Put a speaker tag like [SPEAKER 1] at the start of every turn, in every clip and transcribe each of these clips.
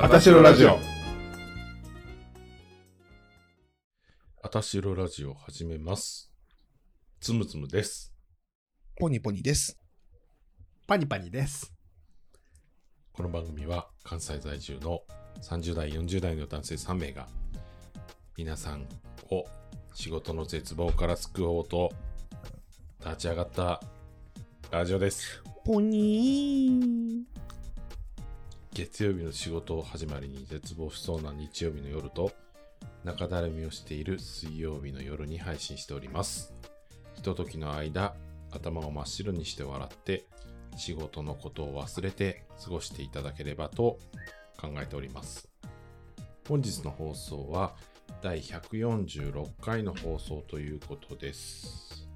[SPEAKER 1] あたしろラジオ。
[SPEAKER 2] あたしろラジオ始めます。つむつむです。
[SPEAKER 3] ポニポニです。
[SPEAKER 1] パニパニです。
[SPEAKER 2] この番組は関西在住の30代、40代の男性3名が皆さんを仕事の絶望から救おうと立ち上がったラジオです。
[SPEAKER 3] ポニー。
[SPEAKER 2] 月曜日の仕事を始まりに絶望しそうな日曜日の夜と中だるみをしている水曜日の夜に配信しております。ひとときの間、頭を真っ白にして笑って仕事のことを忘れて過ごしていただければと考えております。本日の放送は第146回の放送ということです。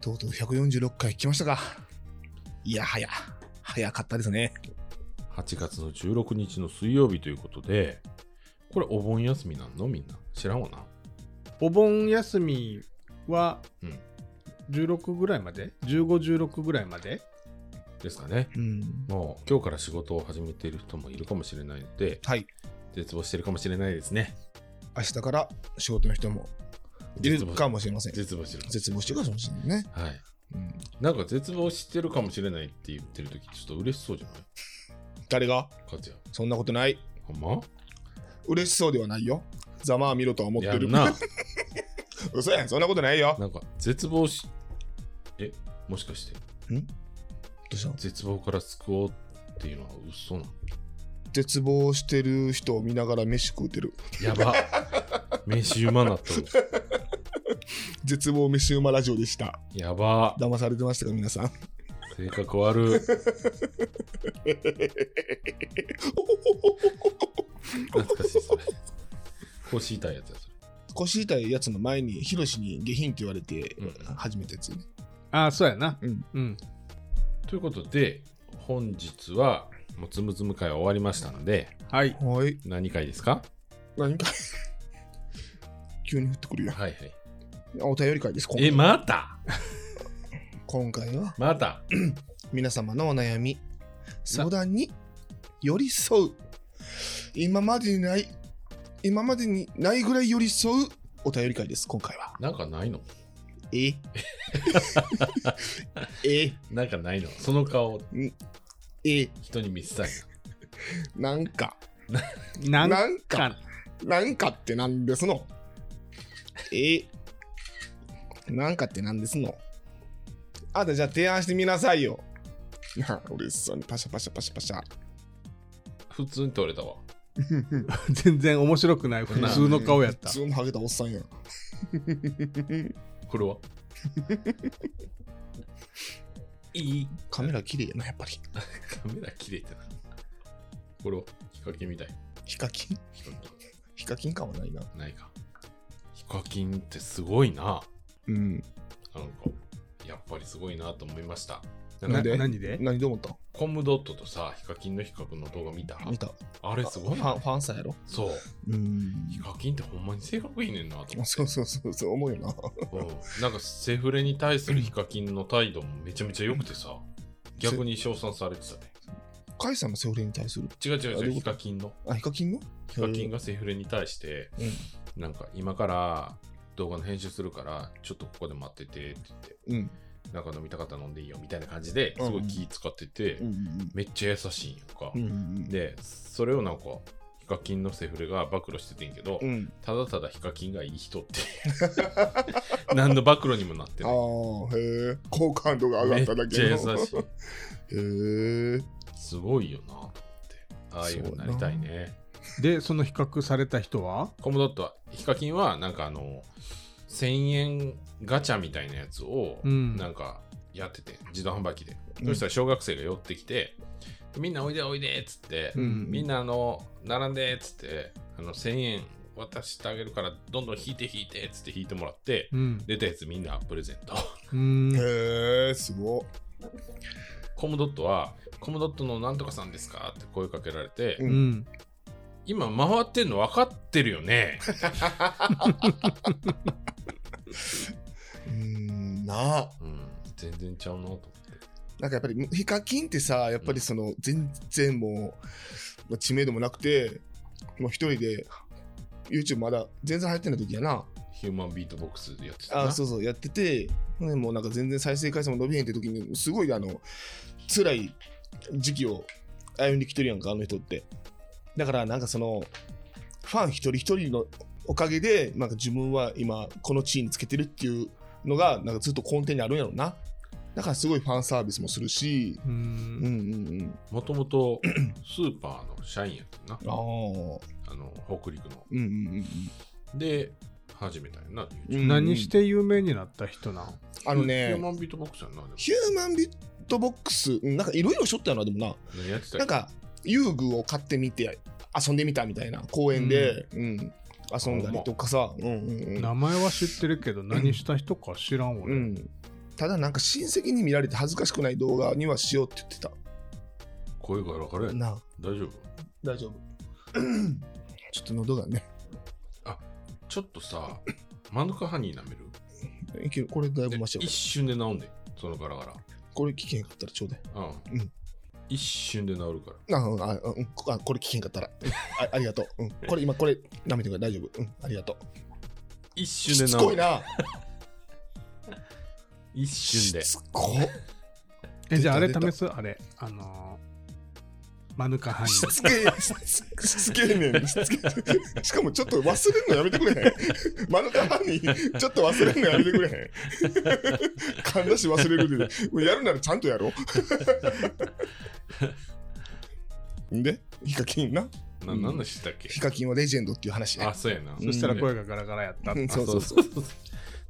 [SPEAKER 3] とうとう146回来ましたか。いや、早。早かったですね。
[SPEAKER 2] 8月の16日の水曜日ということで、これお盆休みなんのみんな。知らんわな。
[SPEAKER 1] お盆休みは
[SPEAKER 2] うん。
[SPEAKER 1] 16ぐらいまで ?15、16ぐらいまで
[SPEAKER 2] ですかね。
[SPEAKER 3] うん。
[SPEAKER 2] もう今日から仕事を始めている人もいるかもしれないので、
[SPEAKER 3] はい。
[SPEAKER 2] 絶望してるかもしれないですね。
[SPEAKER 3] 明日から仕事の人もいるかもしれません。
[SPEAKER 2] 絶望してる。
[SPEAKER 3] 絶望してるかもしれないね。
[SPEAKER 2] はい。
[SPEAKER 3] うん、
[SPEAKER 2] なんか絶望してるかもしれないって言ってる時ちょっと嬉しそうじゃない
[SPEAKER 3] 誰が
[SPEAKER 2] カズヤ。
[SPEAKER 3] そんなことない。
[SPEAKER 2] ほんま
[SPEAKER 3] 嬉しそうではないよ。ざまあ見ろとは思って
[SPEAKER 2] や
[SPEAKER 3] る
[SPEAKER 2] る。な。
[SPEAKER 3] 嘘やん、そんなことないよ。
[SPEAKER 2] なんか絶望し、え、もしかして
[SPEAKER 3] どうしたの
[SPEAKER 2] 絶望から救おうっていうのは嘘なの
[SPEAKER 3] 絶望してる人を見ながら飯食うてる。
[SPEAKER 2] やば。飯うまなったわ
[SPEAKER 3] 絶望飯馬ラジオでした。
[SPEAKER 2] やば。
[SPEAKER 3] 騙されてましたか、皆さん。
[SPEAKER 2] 性格悪い。懐かしいそれ。腰痛いやつやそれ。
[SPEAKER 3] 腰痛いやつの前に、ヒロシに下品って言われて
[SPEAKER 2] うん、
[SPEAKER 3] 始めたやつよね。
[SPEAKER 1] ああ、そうやな。
[SPEAKER 3] うん。
[SPEAKER 1] うん。
[SPEAKER 2] ということで、本日は、もうつむつむ会は終わりましたので、
[SPEAKER 1] はい。
[SPEAKER 3] はい。
[SPEAKER 2] 何回ですか
[SPEAKER 3] 何か 急に降ってくるよ。
[SPEAKER 2] はいはい。
[SPEAKER 3] お便り会です。今
[SPEAKER 2] え、
[SPEAKER 3] 回
[SPEAKER 2] また
[SPEAKER 3] 今回は
[SPEAKER 2] また
[SPEAKER 3] 皆様のお悩み、相談に寄り添う。今までにない、今までにないぐらい寄り添うお便り会です。今回は。
[SPEAKER 2] なんかないの
[SPEAKER 3] ええ
[SPEAKER 2] なんかないのその顔、
[SPEAKER 3] え
[SPEAKER 2] 人に見せたい
[SPEAKER 3] なんか、
[SPEAKER 1] な
[SPEAKER 3] なんんか、
[SPEAKER 1] か、
[SPEAKER 3] なんかってなんですの。えなんかってなんですの。あとじゃあ提案してみなさいよ。なあ、嬉しそうにパシャパシャパシャパシャ。
[SPEAKER 2] な。普通に撮れたわ。
[SPEAKER 1] 全然面白くない普通の顔やった
[SPEAKER 3] 普。通のハゲたおっさんやん。
[SPEAKER 2] これはいい
[SPEAKER 3] カメラ綺麗やな、やっぱり。
[SPEAKER 2] カメラ綺麗だな。これはヒカキンみたい。
[SPEAKER 3] ヒカキン
[SPEAKER 2] ヒカキ
[SPEAKER 3] ヒカキン感はないな。
[SPEAKER 2] ンないか。ヒカキンってすごいな。
[SPEAKER 3] うん。
[SPEAKER 2] なんか、やっぱりすごいなと思いました。なん
[SPEAKER 1] な
[SPEAKER 2] か
[SPEAKER 3] んで
[SPEAKER 1] 何で
[SPEAKER 3] 何で思った
[SPEAKER 2] コムドットとさ、ヒカキンの比較の動画見た
[SPEAKER 3] 見た。
[SPEAKER 2] あれすごい
[SPEAKER 3] ファ
[SPEAKER 2] な
[SPEAKER 3] ン、。ファンさんやろ
[SPEAKER 2] そう。
[SPEAKER 3] うん
[SPEAKER 2] ヒカキンってほんまに性格いいねんなと思
[SPEAKER 3] そうそうそう、そう思うよな。
[SPEAKER 2] って。うんなんかセフレに対するヒカキンの態度もめちゃめちゃ良くてさ、逆に称賛されてたね。
[SPEAKER 3] カイさんのセフレに対する。
[SPEAKER 2] 違う違う
[SPEAKER 3] あどう
[SPEAKER 2] 違、
[SPEAKER 3] いううこと
[SPEAKER 2] ヒカキンの。
[SPEAKER 3] あ、ヒカキンの
[SPEAKER 2] ヒカキンがセフレに対して、なんか今から動画の編集するから、ちょっとここで待っててって言
[SPEAKER 3] う
[SPEAKER 2] って、
[SPEAKER 3] ん。
[SPEAKER 2] なんか飲みたかったら飲んでいいよみたいな感じで
[SPEAKER 3] うん
[SPEAKER 2] すごい気使ってて、
[SPEAKER 3] うん。うん
[SPEAKER 2] めっちゃ優しいんやんか。
[SPEAKER 3] うん。うん。
[SPEAKER 2] で、それをなんか、ヒカキンのセフレが暴露しててんけど、
[SPEAKER 3] うん。
[SPEAKER 2] ただただヒカキンがいい人って 何の暴露にもなって
[SPEAKER 3] あ
[SPEAKER 2] な
[SPEAKER 3] あ
[SPEAKER 2] い。
[SPEAKER 3] ー、へえ。好感度が上がっただけの
[SPEAKER 2] めっちゃ優しい。
[SPEAKER 3] へえ。
[SPEAKER 2] すごいよなと思って。ああいう風になりたいね。
[SPEAKER 1] で、その比較された人は
[SPEAKER 2] コムドットは、ヒカキンはなんかあの、1000円ガチャみたいなやつを
[SPEAKER 1] うん
[SPEAKER 2] なんかやってて、自動販売機で。
[SPEAKER 3] うん
[SPEAKER 2] そしたら小学生が寄ってきて、みんなおいでおいでっつって、
[SPEAKER 3] うん
[SPEAKER 2] みんなあの、並んでっつって、あの1000円渡してあげるから、どんどん引いて引いてっつって引いてもらって、
[SPEAKER 1] うん。
[SPEAKER 2] 出たやつみんなプレゼント。
[SPEAKER 1] うん。
[SPEAKER 3] へえ、すご
[SPEAKER 2] コムドットは、コムドットのなんとかさんですかって声かけられて、
[SPEAKER 3] う
[SPEAKER 1] うんん。
[SPEAKER 2] 今回ってんの分かってるよね。
[SPEAKER 3] い。うーん、なあ。
[SPEAKER 2] うん、全然ちゃうなと思って。
[SPEAKER 3] なんかやっぱりヒカキンってさやっぱりその全然もうまあ知名度もなくてもう一人で YouTube まだ全然入ってない時やな
[SPEAKER 2] ヒューマンビートボックスでやってたな。
[SPEAKER 3] あそうそうやっててねもうなんか全然再生回数も伸びへんって時にすごいあの辛い時期を歩んできてるやんかあの人ってだからなんかそのファン一人一人のおかげでなんか自分は今この地位につけてるっていうのがなんかずっと根底にあるんやろうなだからすごいファンサービスもするし
[SPEAKER 1] う
[SPEAKER 3] うんうん
[SPEAKER 1] ん
[SPEAKER 3] うん
[SPEAKER 2] もともとスーパーの社員やったな。
[SPEAKER 3] ああうん
[SPEAKER 2] あの、北陸の。
[SPEAKER 3] うんうん
[SPEAKER 2] で、始めたんやな。
[SPEAKER 3] う
[SPEAKER 2] YouTube
[SPEAKER 3] ん
[SPEAKER 1] 何して有名になった人なん
[SPEAKER 3] あの
[SPEAKER 2] ヒュー
[SPEAKER 3] ね
[SPEAKER 2] マンビートボックスやんな。でも
[SPEAKER 3] ヒューマンビットボックスうんなんかいろいろしょったよなでもな
[SPEAKER 2] 何やってたっ
[SPEAKER 3] なん
[SPEAKER 2] け
[SPEAKER 3] か遊具を買ってみて遊んでみたみたいな公園で、うん遊んだりとかさ、うんうん
[SPEAKER 1] 名前は知ってるけど何した人か知ら
[SPEAKER 3] う
[SPEAKER 1] ん
[SPEAKER 3] んう
[SPEAKER 1] 俺、
[SPEAKER 3] ん、ただなんか親戚に見られて恥ずかしくない動画にはしようって言ってた
[SPEAKER 2] 声がガラガラやん。
[SPEAKER 3] なあ
[SPEAKER 2] 大丈夫
[SPEAKER 3] 大丈夫 ちょっと喉がね
[SPEAKER 2] ちょっとさ、マヌカハニー舐める
[SPEAKER 3] いけるこれだいぶマシ
[SPEAKER 2] で
[SPEAKER 3] よ
[SPEAKER 2] 一瞬で治んで、そのガラガラ。
[SPEAKER 3] これ聞けへんかったらちょうだい
[SPEAKER 2] うん。
[SPEAKER 3] うん
[SPEAKER 2] 一瞬で治るから。
[SPEAKER 3] あうんあうんあこれ聞けへんかったら、うんあありがとう、うん、これ今これ舐めてくれ大丈夫、うん、ありがとう
[SPEAKER 2] 一瞬
[SPEAKER 3] し
[SPEAKER 2] で
[SPEAKER 3] つ
[SPEAKER 2] 治
[SPEAKER 3] こい
[SPEAKER 2] る。
[SPEAKER 3] な
[SPEAKER 2] 一瞬で
[SPEAKER 3] し。つこ
[SPEAKER 1] えじゃああれ
[SPEAKER 3] 出た出
[SPEAKER 1] 試すあれあのー、マヌカハニ
[SPEAKER 3] し
[SPEAKER 1] ー
[SPEAKER 3] つけ、しつしつけねん。しつけしかもちょっと忘れるのやめてくれへん。マヌカハニー、ちょっと忘れるのやめてくれへん。噛んだし忘れるで、もうやるならちゃんとやろう。んで、ヒカキンな。
[SPEAKER 2] な何でしたっけ
[SPEAKER 3] ヒカキンはレジェンドっていう話ね
[SPEAKER 2] あ、。そうやな。
[SPEAKER 1] そしたら声がガラガラやった
[SPEAKER 3] うん
[SPEAKER 2] あ
[SPEAKER 3] そうそうそう。
[SPEAKER 2] そうそう。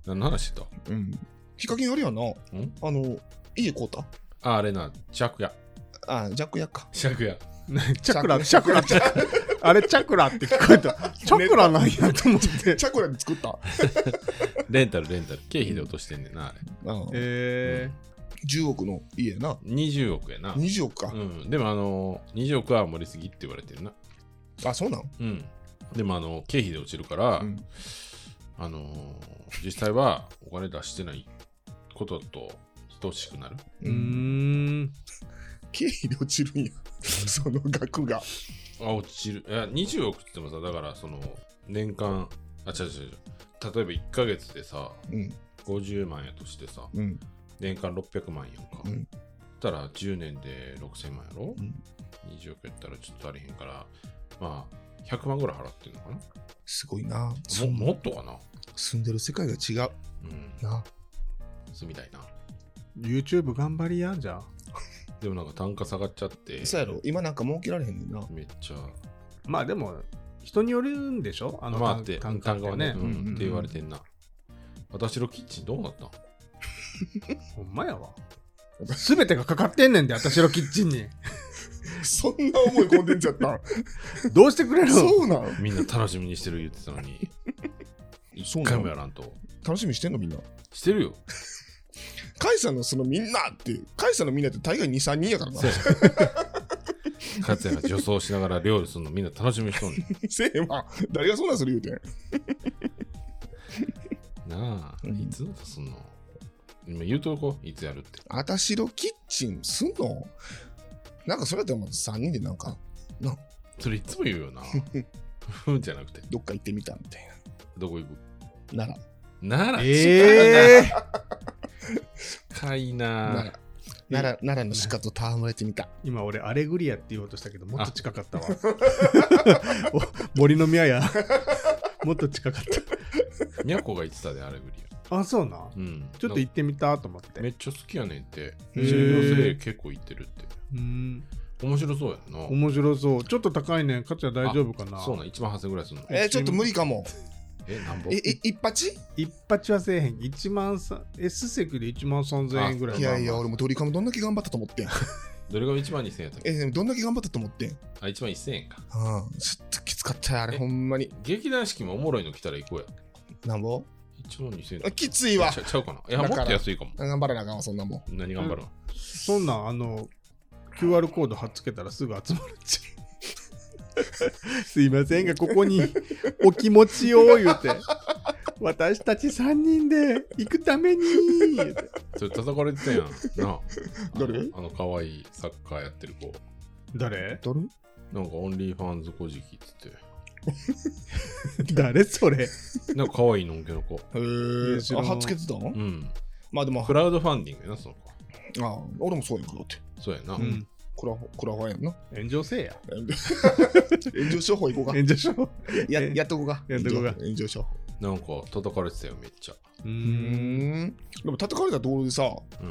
[SPEAKER 2] 何の話してた
[SPEAKER 3] うんヒカキンあるよな。
[SPEAKER 2] ん
[SPEAKER 3] あの、家こうた
[SPEAKER 2] あ、あれな、着夜。
[SPEAKER 3] あ、ジャックヤか。
[SPEAKER 2] 着夜。
[SPEAKER 1] チャクラチャクラってあれチャクラって 聞こえたチャクラなんやと思って
[SPEAKER 3] チャコラで作った。
[SPEAKER 2] レンタル、レンタル。経費で落としてんねんな、あれ。
[SPEAKER 3] うん
[SPEAKER 1] え
[SPEAKER 3] 10億の家やな。
[SPEAKER 2] 20億やな。
[SPEAKER 3] 20億か
[SPEAKER 2] う。ん。でも、あの、20億は盛りすぎって言われてるな。
[SPEAKER 3] あ、そうなん
[SPEAKER 2] うん。でも、あの、経費で落ちるから、
[SPEAKER 3] うん
[SPEAKER 2] あのー実際はお金出してないことと等しくなる。
[SPEAKER 1] ー、うーん
[SPEAKER 3] 経費で落ちるんやその額が
[SPEAKER 2] あ、落ちる。いや、20億って言ってもさ、だからその、年間、あ、違う違う違う。例えば1ヶ月でさ、
[SPEAKER 3] うん
[SPEAKER 2] 50万やとしてさ、
[SPEAKER 3] うん
[SPEAKER 2] 年間600万やんか。
[SPEAKER 3] う
[SPEAKER 2] そ
[SPEAKER 3] ん
[SPEAKER 2] したら10年で6000万やろ、
[SPEAKER 3] うん
[SPEAKER 2] ?20 億やったらちょっと足りへんから、まあ、100万ぐらい払ってんのかな
[SPEAKER 3] すごいなそ
[SPEAKER 2] ももっとかな
[SPEAKER 3] 住んでる世界が違う
[SPEAKER 2] うん。
[SPEAKER 3] な
[SPEAKER 2] 住みたいな。
[SPEAKER 1] YouTube 頑張りやんじゃん
[SPEAKER 2] でもなんか単価下がっちゃって、
[SPEAKER 3] そうやろ今なんか儲けられへんねんな
[SPEAKER 2] めっちゃ
[SPEAKER 1] まあでも人によるんでしょあの
[SPEAKER 2] まあ
[SPEAKER 1] 単
[SPEAKER 2] って、
[SPEAKER 1] 単
[SPEAKER 2] 単
[SPEAKER 1] 価
[SPEAKER 2] 価
[SPEAKER 1] が
[SPEAKER 2] はね、
[SPEAKER 1] ねう
[SPEAKER 2] うん
[SPEAKER 1] うんうん
[SPEAKER 2] んって言われてんな。私のキッチンどうなったん
[SPEAKER 1] ほんまやわ全てがかかってんねんで私のキッチン に
[SPEAKER 3] そんな重いコンテンツやった ん
[SPEAKER 1] どうしてくれるの
[SPEAKER 3] そうなん
[SPEAKER 2] みんな楽しみにしてる言ってたのに、
[SPEAKER 3] そ
[SPEAKER 2] 一
[SPEAKER 3] うなの
[SPEAKER 2] 回もやらんと。
[SPEAKER 3] 楽しみにしてんのみんな
[SPEAKER 2] してるよ。
[SPEAKER 3] カイさんのそのみんなってカイさんのみんなって大概23人やからな
[SPEAKER 2] かつやが女装しながら料理するのみんな楽しみにしとんね
[SPEAKER 3] せえまあ誰がそんなんする言うて
[SPEAKER 2] ん。なあ、
[SPEAKER 3] うん
[SPEAKER 2] いつその。今言うとこいつやるって。
[SPEAKER 3] あたしろキッチンすんのなんかそれやったらまず3人でなんかな
[SPEAKER 2] それいつも言うよな。ふんじゃなくて、
[SPEAKER 3] どっか行ってみたみたい
[SPEAKER 2] どこ行く
[SPEAKER 3] ななら
[SPEAKER 2] なら、
[SPEAKER 1] ええ
[SPEAKER 2] 近い
[SPEAKER 3] な
[SPEAKER 2] な
[SPEAKER 3] ら。奈良奈良の鹿と戯れてみた
[SPEAKER 1] 今俺アレグリアって言おうとしたけどもっと近かったわ お森の宮や もっと近かっ
[SPEAKER 2] にゃこが言ってたで、あれぐりや。
[SPEAKER 1] たあそうなん
[SPEAKER 2] うん。
[SPEAKER 1] ちょっと行ってみたと思っ
[SPEAKER 2] め
[SPEAKER 1] て
[SPEAKER 2] っちゃ好きやねんっ
[SPEAKER 3] へ
[SPEAKER 2] て。修
[SPEAKER 3] ー
[SPEAKER 2] 行生結構行ってるって。
[SPEAKER 1] うん
[SPEAKER 2] 面白そうやんな。
[SPEAKER 1] 面白そうちょっと高いねんかつや大丈夫かな
[SPEAKER 2] そうなん、1万8000ぐらいするの。
[SPEAKER 3] えー、ちょっと無理かも
[SPEAKER 2] え、なんぼ
[SPEAKER 3] え、え、一発
[SPEAKER 1] 一発はせえへん1万3 S 席で1万3000円ぐら
[SPEAKER 2] あ
[SPEAKER 1] い
[SPEAKER 3] い
[SPEAKER 2] ま
[SPEAKER 3] や
[SPEAKER 2] あ
[SPEAKER 3] いや、俺もドリカムどんだけ頑張ったと思ってん。
[SPEAKER 2] どれが1万2000円やったっけ
[SPEAKER 3] え、でもどんだけ頑張ったと思ってん。うん。ち
[SPEAKER 2] あ、1万1000円か。
[SPEAKER 3] ょっときつかったよ、あれ、
[SPEAKER 2] え
[SPEAKER 3] ほんまに。
[SPEAKER 2] 劇団四季もおもろいの来たら行こうや。
[SPEAKER 3] なんぼ
[SPEAKER 2] 1万2000円だ
[SPEAKER 3] あ。きついわ
[SPEAKER 2] ち。ゃちゃうかな。いや、
[SPEAKER 3] だか
[SPEAKER 2] も
[SPEAKER 3] ら
[SPEAKER 2] っと安いかも。
[SPEAKER 3] 頑張らなあかんわ、そんなもん。
[SPEAKER 2] 何頑張るの
[SPEAKER 1] そんなんあの QR コード貼っつけたらすぐ集まるっち ゃうすいませんがここにお気持ちを言うて私たち3人で行くために言うて
[SPEAKER 2] それ叩かれてたやん。なあ。
[SPEAKER 3] 誰
[SPEAKER 2] あの、可愛いサッカーやってる子。
[SPEAKER 1] 誰
[SPEAKER 3] 誰
[SPEAKER 2] なんか、オンリーファンズ小じきっつって。
[SPEAKER 1] 誰それ
[SPEAKER 2] なんか、可愛いのんけの子。
[SPEAKER 3] へ
[SPEAKER 1] え
[SPEAKER 3] ー
[SPEAKER 1] 知ら
[SPEAKER 3] あ、
[SPEAKER 1] ん
[SPEAKER 3] はっつけてたの
[SPEAKER 2] うん。
[SPEAKER 3] まあでも、
[SPEAKER 2] クラウドファンディングやな、その子。
[SPEAKER 3] あ俺もそうやんかだって。
[SPEAKER 2] そうやな。
[SPEAKER 1] うん
[SPEAKER 3] クラファクラファやんな。
[SPEAKER 1] 炎上せえや
[SPEAKER 3] 炎上商法行こうか。
[SPEAKER 1] 炎上しよう
[SPEAKER 3] ややっとこうか。
[SPEAKER 1] やっとこうか
[SPEAKER 3] 炎上商法。
[SPEAKER 2] なんか、叩かれてたよ、めっちゃ。
[SPEAKER 1] う
[SPEAKER 3] うーん。でも叩かれたところでさ、
[SPEAKER 2] うん。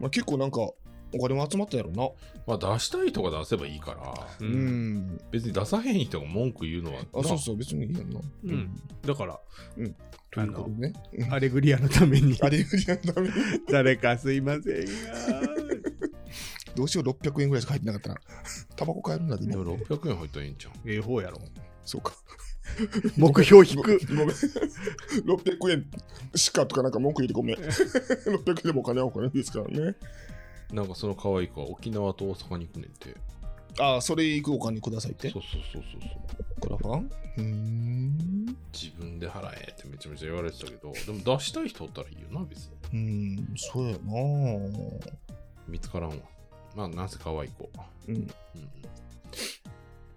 [SPEAKER 3] まあ、結構なんか、お金も集まったやろな。
[SPEAKER 2] まあ、出したいとか出せばいいから、
[SPEAKER 1] う
[SPEAKER 3] うんん。
[SPEAKER 2] 別に出さへん人が文句言うのは、
[SPEAKER 3] あ、そう
[SPEAKER 2] な
[SPEAKER 3] そう、別にいいやんな。
[SPEAKER 1] うん。だから
[SPEAKER 3] ということでね。うん
[SPEAKER 1] アレグリアのために
[SPEAKER 3] あれ売りのために
[SPEAKER 1] 誰かすいませんが
[SPEAKER 3] どうしよう600円ぐらいしか入ってなかった ら、タバコ買えるんだで
[SPEAKER 2] で
[SPEAKER 3] も、
[SPEAKER 2] も600円入ったらいいんちゃう
[SPEAKER 1] ええ方やろ
[SPEAKER 3] そうか。
[SPEAKER 1] 目標引く
[SPEAKER 3] ごめん600円しかとかなんか文句言ってごめん。600円で もお金はお金ですからね。
[SPEAKER 2] なんかその可愛い子は沖縄と大阪に行くねんて。
[SPEAKER 3] ああ、それ行くお金くださいって
[SPEAKER 2] そ。うそうそうそうそう。
[SPEAKER 3] クラファンうーん。
[SPEAKER 2] 自分で払えってめちゃめちゃ言われてたけど、でも出したい人おったらいいよな、別に。
[SPEAKER 3] うーん、そうやな
[SPEAKER 2] 見つからんわ。まあ、なぜ可愛い子。
[SPEAKER 3] うん。
[SPEAKER 2] うんうん。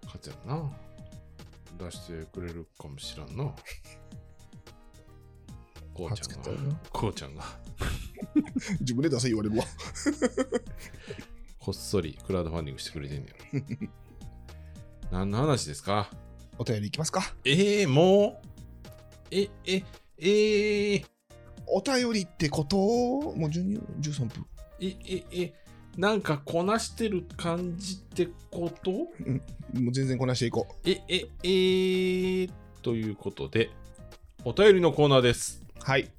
[SPEAKER 2] 勝つやろな。出してくれるかもしらんな。こうちゃ
[SPEAKER 3] 初
[SPEAKER 2] んが
[SPEAKER 3] めてだな、
[SPEAKER 2] こうちゃんが、
[SPEAKER 3] 自分で出せ言われるわ。
[SPEAKER 2] こっそりクラウドファンディングしてくれてんねや。 何の話ですか
[SPEAKER 3] お便りいきますか。
[SPEAKER 2] ええもうえ、え、ええ
[SPEAKER 3] お便りってこともう12 13分。
[SPEAKER 2] え、え、え、なんかこなしてる感じってこと
[SPEAKER 3] もう全然こなしていこ
[SPEAKER 2] え、え、えー、ということで、お便りのコーナーです。
[SPEAKER 3] う。はい。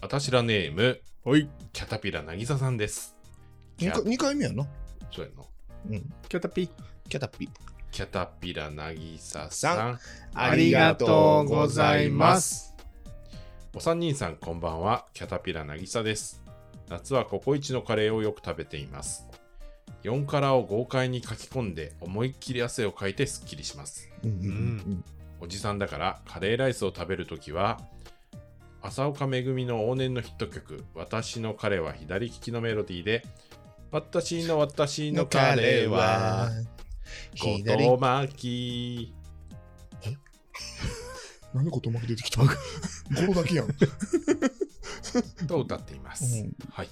[SPEAKER 2] あたしらネーム、
[SPEAKER 1] はい
[SPEAKER 2] キャタピラなぎささんです。キ
[SPEAKER 3] 2
[SPEAKER 2] ャ
[SPEAKER 3] 回 ,2 回目やな。
[SPEAKER 2] そうやの
[SPEAKER 3] うん。
[SPEAKER 1] キャタピ
[SPEAKER 3] キャタピ。
[SPEAKER 2] キャタピラなぎささん。
[SPEAKER 1] ありがとうございます。
[SPEAKER 2] お三人さん、こんばんは。キャタピラなぎさです。夏はココイチのカレーをよく食べています。4辛を豪快に書き込んで、思いっきり汗をかいてすっきりします。
[SPEAKER 3] うんうん
[SPEAKER 2] おじさんだからカレーライスを食べるときは浅岡めぐみの往年のヒット曲「私の彼は左利き」のメロディーで「私の私
[SPEAKER 3] うん。
[SPEAKER 2] のカレーは後
[SPEAKER 3] 左利き
[SPEAKER 2] 藤巻 き
[SPEAKER 3] 何ことうまく出てきたゴロだけやん。」
[SPEAKER 2] と歌っています、
[SPEAKER 3] うん
[SPEAKER 2] はい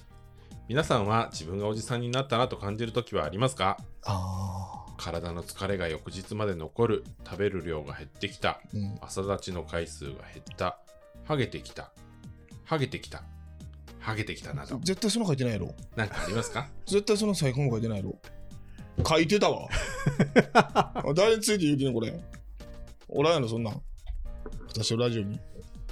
[SPEAKER 2] 皆さんは自分がおじさんになったなと感じるときはありますか
[SPEAKER 3] ああ。
[SPEAKER 2] 体の疲れが翌日まで残る食べる量が減ってきた
[SPEAKER 3] うん。
[SPEAKER 2] 朝立ちの回数が減ったハゲてきたハゲてきたハゲてきた など
[SPEAKER 3] 絶対その書いてないやろ。
[SPEAKER 2] 何かありますか
[SPEAKER 3] 絶対その最後の書いてないやろ。書いてたわ。あ誰について言うてんねんこれ。おらんやろ、そんなん。私のラジオに。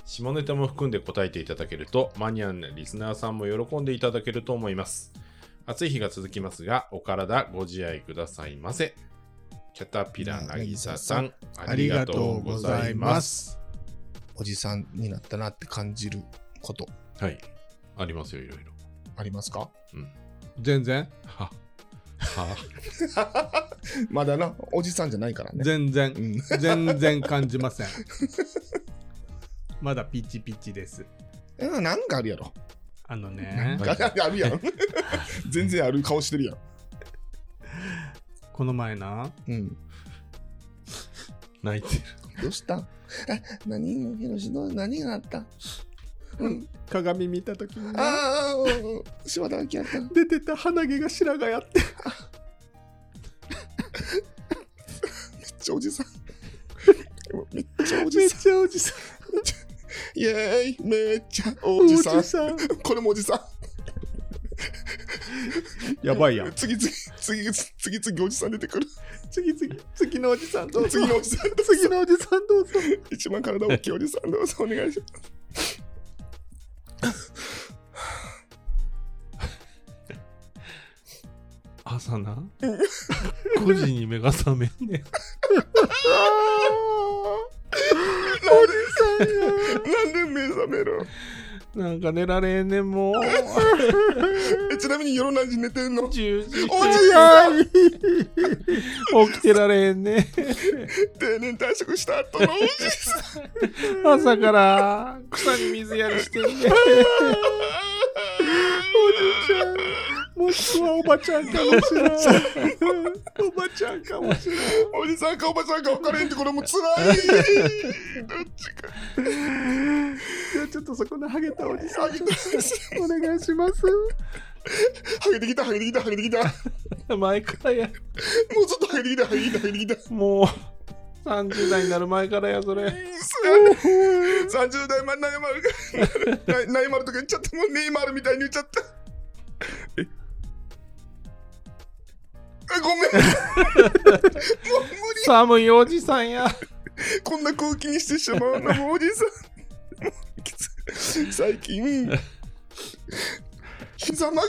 [SPEAKER 2] 下ネタも含んで答えていただけるとマニアなリスナーさんも喜んでいただけると思います暑い日が続きますがお体ご自愛くださいませキャタピラなぎささんありがとうございます
[SPEAKER 1] す
[SPEAKER 3] おじさんになったなって感じること
[SPEAKER 2] はいありますよいろいろ
[SPEAKER 3] ありますか
[SPEAKER 2] うん
[SPEAKER 1] 全然
[SPEAKER 2] はは
[SPEAKER 3] まだな、おじさんじゃないからね。
[SPEAKER 1] 全然
[SPEAKER 3] うん。
[SPEAKER 1] 全然感じませんまだピチピチです
[SPEAKER 3] えなんかあるやろ。
[SPEAKER 1] あのね
[SPEAKER 2] は
[SPEAKER 3] あ
[SPEAKER 2] い
[SPEAKER 3] るやん。全然ある顔してるやん。
[SPEAKER 1] この前な
[SPEAKER 3] うん。
[SPEAKER 2] 泣いてる
[SPEAKER 3] どうしたえ何ヒロシどう何があったうん。
[SPEAKER 1] 鏡見た時にな
[SPEAKER 3] ああ、うんうん柴田明やった。
[SPEAKER 1] 出てた鼻毛が白髪やって
[SPEAKER 3] めっちゃおじさん。めっちゃお
[SPEAKER 1] め
[SPEAKER 3] じ
[SPEAKER 1] っ
[SPEAKER 3] さ
[SPEAKER 1] ちゃおじさん
[SPEAKER 3] ん。イエーイめっちゃお
[SPEAKER 1] お
[SPEAKER 3] じ
[SPEAKER 1] じ
[SPEAKER 3] さん。
[SPEAKER 1] さん
[SPEAKER 3] これもおじさん。
[SPEAKER 1] やばいやん
[SPEAKER 3] 次々、次々、次々おじさん出てくる。
[SPEAKER 1] 次々次のおじさんどうぞ
[SPEAKER 3] 次のおじさん。
[SPEAKER 1] 次のおじさんどうぞ
[SPEAKER 3] 一番体大きいおじさん、どうぞお願いします。
[SPEAKER 2] 朝な5時に目が覚めんねん
[SPEAKER 3] おじさんなんで目覚める
[SPEAKER 2] なんか寝られんねんもう
[SPEAKER 3] えちなみに夜何時寝てんのおじ
[SPEAKER 2] 10時
[SPEAKER 3] やーい
[SPEAKER 2] 起きてられへんね。
[SPEAKER 3] 定年退職した後のおじさん。
[SPEAKER 2] 朝から草に水やりしてんね。
[SPEAKER 1] もしくはおばちゃんかもしれない。おばちゃんかもしれない。
[SPEAKER 3] おじさんかおばさんか分からへんってこれもう辛い。どっちか。
[SPEAKER 1] じゃあちょっとそこのハゲたおじさん、
[SPEAKER 3] ハゲ
[SPEAKER 1] ちょっとお願いします。
[SPEAKER 3] ハゲてきたハゲてきたハゲてきた。も
[SPEAKER 2] 前から
[SPEAKER 3] う
[SPEAKER 2] や。
[SPEAKER 3] ずっとハゲてきたハゲてきたハゲてきた。
[SPEAKER 2] もう30代になる前からや、そ れ。
[SPEAKER 3] 30代まで悩まるなな悩まるとか言っちゃってもうネイマールみたいに言っちゃったえ ごめんもう無理
[SPEAKER 2] 寒いおじさんや。
[SPEAKER 3] こんな空気にしてしまうのもうおじさんもうきつい最近膝曲が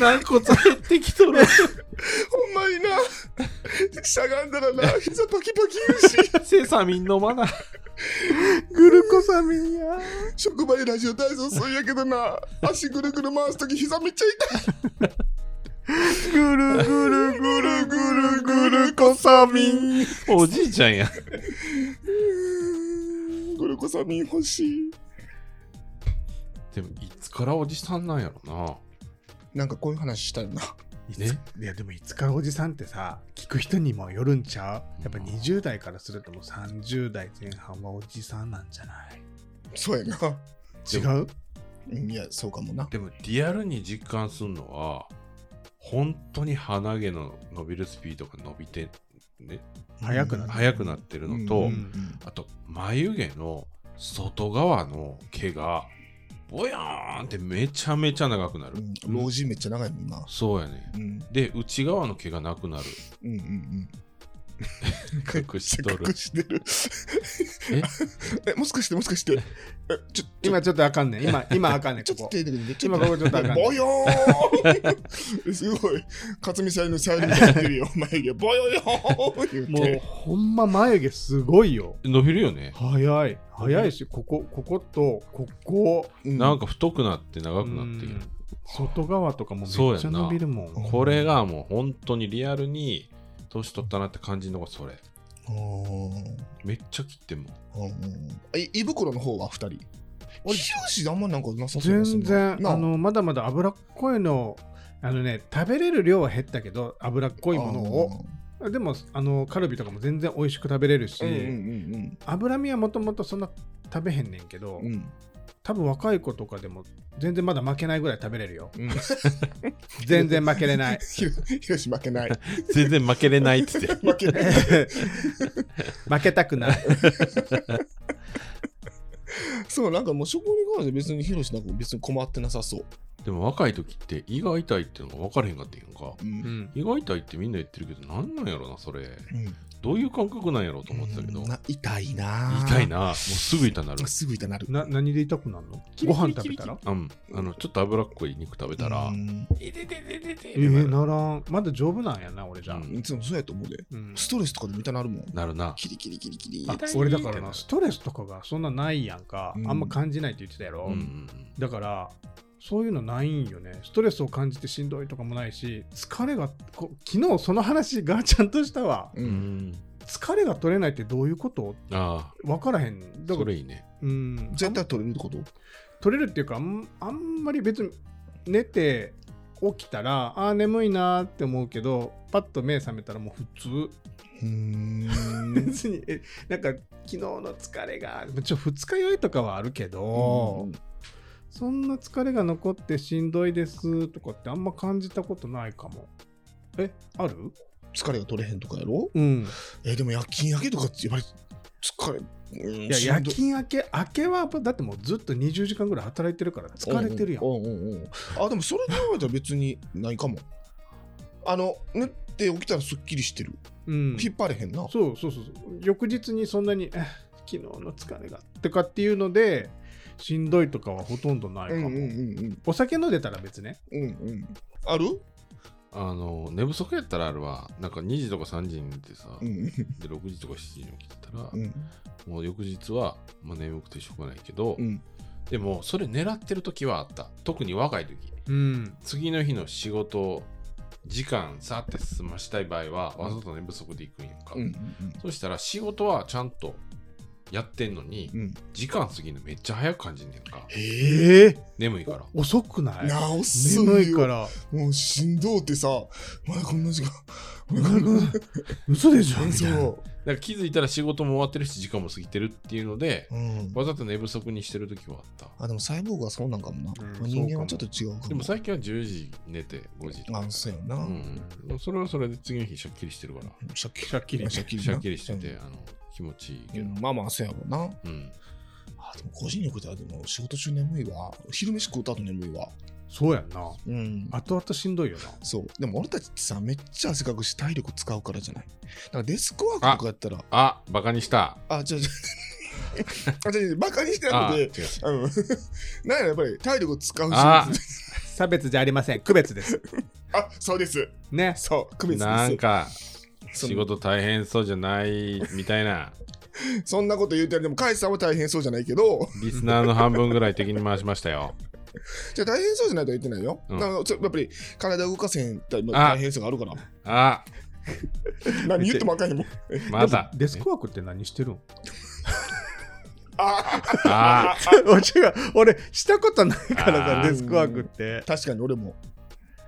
[SPEAKER 2] 軟骨減ってきとる。
[SPEAKER 3] れほんまになしゃがんだらな膝パキパキ言うし
[SPEAKER 2] セサミン飲まな。
[SPEAKER 1] グルコサミンや。
[SPEAKER 3] 職場でラジオ体操するんやけどな足ぐるぐる回すとき膝めっちゃ痛い
[SPEAKER 1] ぐるぐるぐるぐるぐるコサミン。
[SPEAKER 2] おじいちゃんや。
[SPEAKER 3] グルコサミン欲しい。
[SPEAKER 2] でも、いつからおじさんなんやろ
[SPEAKER 3] なんかこういう話したいな。
[SPEAKER 2] ね
[SPEAKER 1] いやでもいつかおじさんってさ聞く人にもよるんちゃうやっぱ20代からするともう30代前半はおじさんなんじゃない
[SPEAKER 3] そうやな。
[SPEAKER 1] 違
[SPEAKER 2] で
[SPEAKER 1] う
[SPEAKER 3] うんいや、そうかもな
[SPEAKER 2] な。。でも、リアルに実感するのは、本当に鼻毛の伸びるスピードが伸びて、ね、
[SPEAKER 1] 早くなっ
[SPEAKER 2] 速くなってるのと、
[SPEAKER 1] うん
[SPEAKER 2] あと眉毛の外側の毛がボヤーンってめちゃめちゃ長くなる、
[SPEAKER 3] うん老人めっちゃ長いもんな。
[SPEAKER 2] そうやね
[SPEAKER 3] うん
[SPEAKER 2] で内側の毛がなくなる
[SPEAKER 3] うん うん
[SPEAKER 2] 隠しと
[SPEAKER 3] 隠
[SPEAKER 2] る
[SPEAKER 3] してる。 えもしかしてもしかして。えちょちょ
[SPEAKER 1] 今ちょっとあかんねん今今あかんねん
[SPEAKER 3] ちょっ
[SPEAKER 1] こ
[SPEAKER 3] と
[SPEAKER 1] こ
[SPEAKER 3] 手でくれてちょ
[SPEAKER 1] 今
[SPEAKER 3] っ。
[SPEAKER 1] ことこちょっとあかんね
[SPEAKER 3] ぼ
[SPEAKER 1] ん
[SPEAKER 3] よーんすごい。勝美さんのさゆりみたいになってるよ。眉毛ぼよよーん
[SPEAKER 1] も
[SPEAKER 3] 言
[SPEAKER 1] う
[SPEAKER 3] うて。
[SPEAKER 1] ほんま眉毛すごいよ
[SPEAKER 2] 伸びるよね、
[SPEAKER 1] 早い早いしこここことここ
[SPEAKER 3] うん
[SPEAKER 2] なんか太くなって長くなってい
[SPEAKER 1] うん
[SPEAKER 2] る、
[SPEAKER 1] 外側とかもめっちゃ伸びるもん
[SPEAKER 3] そうやんな
[SPEAKER 2] これがもう本当にリアルに年取ったなって感じるのがそれ
[SPEAKER 3] おー
[SPEAKER 2] めっちゃ切ってんも
[SPEAKER 3] うん
[SPEAKER 2] ん
[SPEAKER 3] うんえ胃袋の方は2人あれヒロシあんまなんかなさそうです
[SPEAKER 1] 全
[SPEAKER 3] ね
[SPEAKER 1] 然
[SPEAKER 3] な
[SPEAKER 1] あのまだまだ脂っこいのあのね食べれる量は減ったけど脂っこいものをでもあのカルビとかも全然美味しく食べれるし、
[SPEAKER 3] うんうん
[SPEAKER 1] 脂身はもともとそんな食べへんねんけど、
[SPEAKER 3] うんうんうん
[SPEAKER 1] 多分若い子とかでも全然まだ負けないぐらい食べれるよ
[SPEAKER 3] うん
[SPEAKER 1] 全然負けれない
[SPEAKER 3] ヒロヒロシ負けない
[SPEAKER 2] 全然負けれ ないっつって
[SPEAKER 3] 負けない
[SPEAKER 1] 負けたくない
[SPEAKER 3] そうなんかもう食に関して別にヒロシなんか別に困ってなさそう、
[SPEAKER 2] でも若い時って胃が痛いってのが分からへんかったんやんか
[SPEAKER 3] うん
[SPEAKER 1] うん
[SPEAKER 2] 胃が痛いってみんな言ってるけどなんなんやろなそれ
[SPEAKER 3] うん
[SPEAKER 2] どういう感覚なんやろうと思ってたけど、
[SPEAKER 3] な痛いな
[SPEAKER 2] 痛いな、もうすぐ痛なる。
[SPEAKER 3] すぐ痛なる
[SPEAKER 1] な何で痛くなるのご飯食べたら
[SPEAKER 2] うん、あの、ちょっと脂っこい肉食べたら
[SPEAKER 3] う、ん
[SPEAKER 2] いててててて
[SPEAKER 1] えー、ならんまだ丈夫なんやな俺じゃ、
[SPEAKER 2] うん
[SPEAKER 3] いつもそうやと思うで
[SPEAKER 1] うん
[SPEAKER 3] ストレスとかでも痛なるもん
[SPEAKER 2] なるな。
[SPEAKER 3] キリキリキリキリ
[SPEAKER 1] あ
[SPEAKER 2] 痛い
[SPEAKER 1] 俺だから
[SPEAKER 2] ってな
[SPEAKER 1] な
[SPEAKER 2] る
[SPEAKER 1] ストレスとかがそんなないやんか、
[SPEAKER 3] うん
[SPEAKER 1] あんま感じないって言ってたやろ、
[SPEAKER 2] うんうんうん。
[SPEAKER 1] だからそういうのないんよねストレスを感じてしんどいとかもないし疲れがこ昨日その話がちゃんとしたわ
[SPEAKER 3] う
[SPEAKER 2] うんん
[SPEAKER 1] 疲れが取れないってどういうこと
[SPEAKER 2] あ
[SPEAKER 1] 分からへん
[SPEAKER 2] あ、
[SPEAKER 1] だか
[SPEAKER 2] そ
[SPEAKER 1] ら
[SPEAKER 2] れいいね。
[SPEAKER 1] うん
[SPEAKER 3] 絶対取れるってこと
[SPEAKER 1] 取れるっていうかあんあんまり別に寝て起きたらあー眠いなーって思うけどパッと目覚めたらもう普通
[SPEAKER 3] うーん
[SPEAKER 1] 別にえなんか昨日の疲れがちょ二日酔いとかはあるけど、
[SPEAKER 3] うん
[SPEAKER 1] そんな疲れが残ってしんどいですとかってあんま感じたことないかも。え、ある
[SPEAKER 3] 疲れが取れへんとかやろ
[SPEAKER 1] うん。
[SPEAKER 3] えーでも夜勤明けとかってやっぱり疲れ、うん、
[SPEAKER 1] いや、
[SPEAKER 3] しん
[SPEAKER 1] 夜
[SPEAKER 3] ど
[SPEAKER 1] 勤明け、明けはだってもうずっと20時間ぐらい働いてるから疲れてるやん。
[SPEAKER 3] うんうんうんうんあでもそれで考えたら別にないかもあの寝て起きたらすっきりしてる、
[SPEAKER 1] うん。
[SPEAKER 3] 引っ張れへんな
[SPEAKER 1] そうそうそうそう。翌日にそんなに、え昨日の疲れがとかっていうので、しんどいとかはほとんどないか
[SPEAKER 3] うん
[SPEAKER 1] も。
[SPEAKER 3] うんうん
[SPEAKER 1] お酒飲んでたら別ね。
[SPEAKER 3] うんうんうんある
[SPEAKER 2] あの、寝不足やったらあれは、なんか2時とか3時に寝てさ、
[SPEAKER 3] うん
[SPEAKER 2] で、6時とか7時に起きてたら
[SPEAKER 3] う、ん
[SPEAKER 2] もう翌日は、まあ眠くてしょうがないけど
[SPEAKER 3] う、ん
[SPEAKER 2] でも、それ狙ってる時はあった。特に若い時。
[SPEAKER 1] うん。
[SPEAKER 2] 次の日の仕事、時間さって済ましたい場合は、わざと寝不足で行くんやんか。
[SPEAKER 3] うんうん
[SPEAKER 2] そしたら仕事はちゃんとやってんのに、
[SPEAKER 3] うんうん
[SPEAKER 2] 時間過ぎるのめっちゃ早く感じんねんか。
[SPEAKER 3] へえ
[SPEAKER 1] ええ
[SPEAKER 2] 眠いから。
[SPEAKER 1] 遅くない
[SPEAKER 3] 直す
[SPEAKER 1] 眠いか
[SPEAKER 3] よ
[SPEAKER 1] ら。
[SPEAKER 3] もうしんどうってさまだこんな時間
[SPEAKER 1] 嘘でしょみたいな。
[SPEAKER 3] そ
[SPEAKER 2] だから気づいたら仕事も終わってるし、時間も過ぎてるっていうので、
[SPEAKER 3] う、うん、
[SPEAKER 2] わざと寝不足にしてる時はあった。
[SPEAKER 3] あでもサイボーグはそうなんかもな、
[SPEAKER 1] うん
[SPEAKER 3] 人間はちょっと違うかも
[SPEAKER 2] でも最近は10時寝て5時とか
[SPEAKER 3] あそうやな、
[SPEAKER 2] うんうん、それはそれで次の日シャッキリしてるから
[SPEAKER 3] シャッキリ
[SPEAKER 1] シャッキリね
[SPEAKER 3] シャッキ
[SPEAKER 2] シ
[SPEAKER 3] リな
[SPEAKER 2] ャッキリしてて、
[SPEAKER 3] うん
[SPEAKER 2] あの気持ちいいけ
[SPEAKER 3] う
[SPEAKER 2] ど、
[SPEAKER 3] んまあまあそうやろうな
[SPEAKER 2] うん、
[SPEAKER 3] あでも個人力ではでも仕事中眠いわ昼飯食うた後眠いわ
[SPEAKER 1] そうやんな。
[SPEAKER 3] うん
[SPEAKER 1] 後々しんどいよな。
[SPEAKER 3] そうでも俺たちってさめっちゃ汗かくし体力使うからじゃないだからデスクワークとかやったら
[SPEAKER 2] あバカにした
[SPEAKER 3] あじゃあじゃバカにしてな
[SPEAKER 2] あ
[SPEAKER 3] く
[SPEAKER 2] 違う
[SPEAKER 3] てあの なんややっぱり体力使うし
[SPEAKER 2] あ
[SPEAKER 1] 差別じゃありません。区別です。
[SPEAKER 3] あそうです
[SPEAKER 1] ね。
[SPEAKER 3] そう区別です
[SPEAKER 2] なんか
[SPEAKER 3] その
[SPEAKER 2] 仕事大変そうじゃないみたいな
[SPEAKER 3] そんなこと言うてるでもカイさんは大変そうじゃないけど
[SPEAKER 2] リスナーの半分ぐらい敵に回しましたよ
[SPEAKER 3] じゃあ大変そうじゃないとは言ってないよ、
[SPEAKER 2] うん
[SPEAKER 3] なんかちょやっぱり体動かせへんって
[SPEAKER 2] あ
[SPEAKER 3] 大変さがあ るから
[SPEAKER 2] あ
[SPEAKER 3] 何言ってもあかんへんもん
[SPEAKER 2] また
[SPEAKER 1] デスクワークって何してるん
[SPEAKER 3] あ
[SPEAKER 2] あ
[SPEAKER 1] 俺違う。俺、したことないから
[SPEAKER 2] あ
[SPEAKER 1] さ、
[SPEAKER 2] ー
[SPEAKER 1] デスクワークって。
[SPEAKER 3] 確かに俺も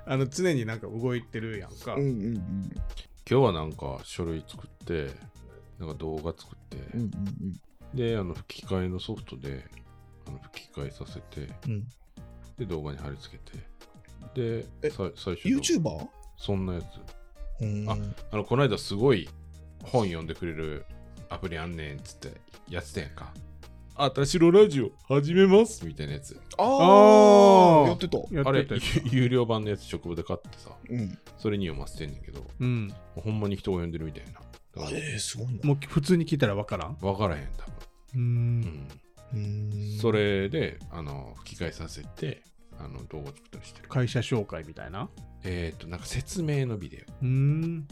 [SPEAKER 1] あの、常になんか動いてるやんか
[SPEAKER 3] うん。うん
[SPEAKER 2] 今日はなんか書類作ってなんか動画作って、
[SPEAKER 3] うんうんうん
[SPEAKER 2] であの吹き替えのソフトであの吹き替えさせて
[SPEAKER 3] うんうん
[SPEAKER 2] で動画に貼り付けて
[SPEAKER 3] え
[SPEAKER 2] でさ最初の
[SPEAKER 3] YouTuber?
[SPEAKER 2] そんなやつ
[SPEAKER 3] うーん
[SPEAKER 2] ああのこの間すごい本読んでくれるアプリあんねんっつってやってたやんかあたしのラジオ始めますみたいなやつ
[SPEAKER 3] あ
[SPEAKER 1] あ
[SPEAKER 3] ー
[SPEAKER 1] ー
[SPEAKER 3] やってた
[SPEAKER 1] や
[SPEAKER 2] あ
[SPEAKER 1] っ
[SPEAKER 2] れ
[SPEAKER 1] てたやつ
[SPEAKER 2] ゆ有料版のやつ直部で買ってさ
[SPEAKER 3] うん
[SPEAKER 2] それに読ませてんねんけども
[SPEAKER 1] うん。
[SPEAKER 2] うほんまに人が読んでるみたいなだ
[SPEAKER 3] あ
[SPEAKER 2] か
[SPEAKER 3] えー、すごいな
[SPEAKER 1] もう普通に聞いたらわからん。
[SPEAKER 2] ら分からへん多
[SPEAKER 1] うー
[SPEAKER 2] 分、
[SPEAKER 1] ん。
[SPEAKER 3] うーん
[SPEAKER 2] それであの吹き替えさせてあの動画作ったりしてる
[SPEAKER 1] 会社紹介みたいな。
[SPEAKER 2] えっ、ー、となんか説明のビデ
[SPEAKER 1] うーん。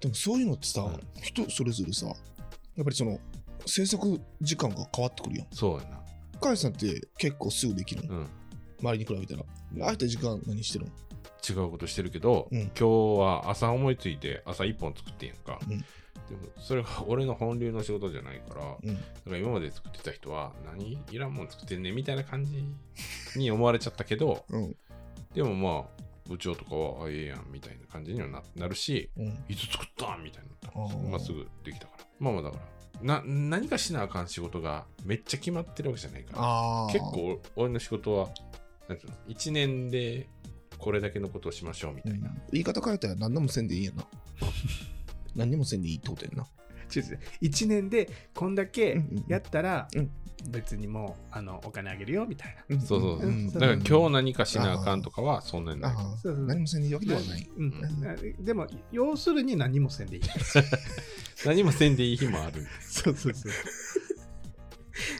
[SPEAKER 3] でもそういうのってさ、
[SPEAKER 2] うん
[SPEAKER 3] 人それぞれさやっぱりその制作時間が変わってくるやん
[SPEAKER 2] オそうやな
[SPEAKER 3] カイさんって結構すぐできるの、
[SPEAKER 2] うん
[SPEAKER 3] 周りに比べたら空いた時間何してるの
[SPEAKER 2] 違うことしてるけど、
[SPEAKER 3] うん
[SPEAKER 2] 今日は朝思いついて朝1本作ってんやんか、
[SPEAKER 3] うん
[SPEAKER 2] でもそれが 俺の本流の仕事じゃないからだ
[SPEAKER 3] うん
[SPEAKER 2] から今まで作ってた人は何いらんもん作ってんねんみたいな感じに思われちゃったけど
[SPEAKER 3] うん
[SPEAKER 2] でもまあ部長とかはあええやんみたいな感じにはななるし
[SPEAKER 3] うん
[SPEAKER 2] いつ作ったんみたいになった
[SPEAKER 3] あー
[SPEAKER 2] まあすぐできたからまあまあだからな何かしなあかん仕事がめっちゃ決まってるわけじゃないから
[SPEAKER 3] あー
[SPEAKER 2] 結構俺の仕事はなんていうの1年でこれだけのことをしましょうみたいな、
[SPEAKER 3] 言い方変えたら何でもせんでいい やな何でもせんでいいってことやんな
[SPEAKER 1] ちょっと1年でこんだけやったら
[SPEAKER 3] うん、
[SPEAKER 1] 別にもうあのお金あげるよみたいな。
[SPEAKER 2] そうそうそう。
[SPEAKER 1] うん
[SPEAKER 2] だから今日
[SPEAKER 3] 日
[SPEAKER 2] 何かしなあかんとかはそんなにない。
[SPEAKER 3] ああ
[SPEAKER 1] そうそう
[SPEAKER 3] 何もせんでいいわけではない
[SPEAKER 1] うんでも、要するに何もせんでいい。
[SPEAKER 2] 何もせんでいい日もある。
[SPEAKER 1] そうそうそう。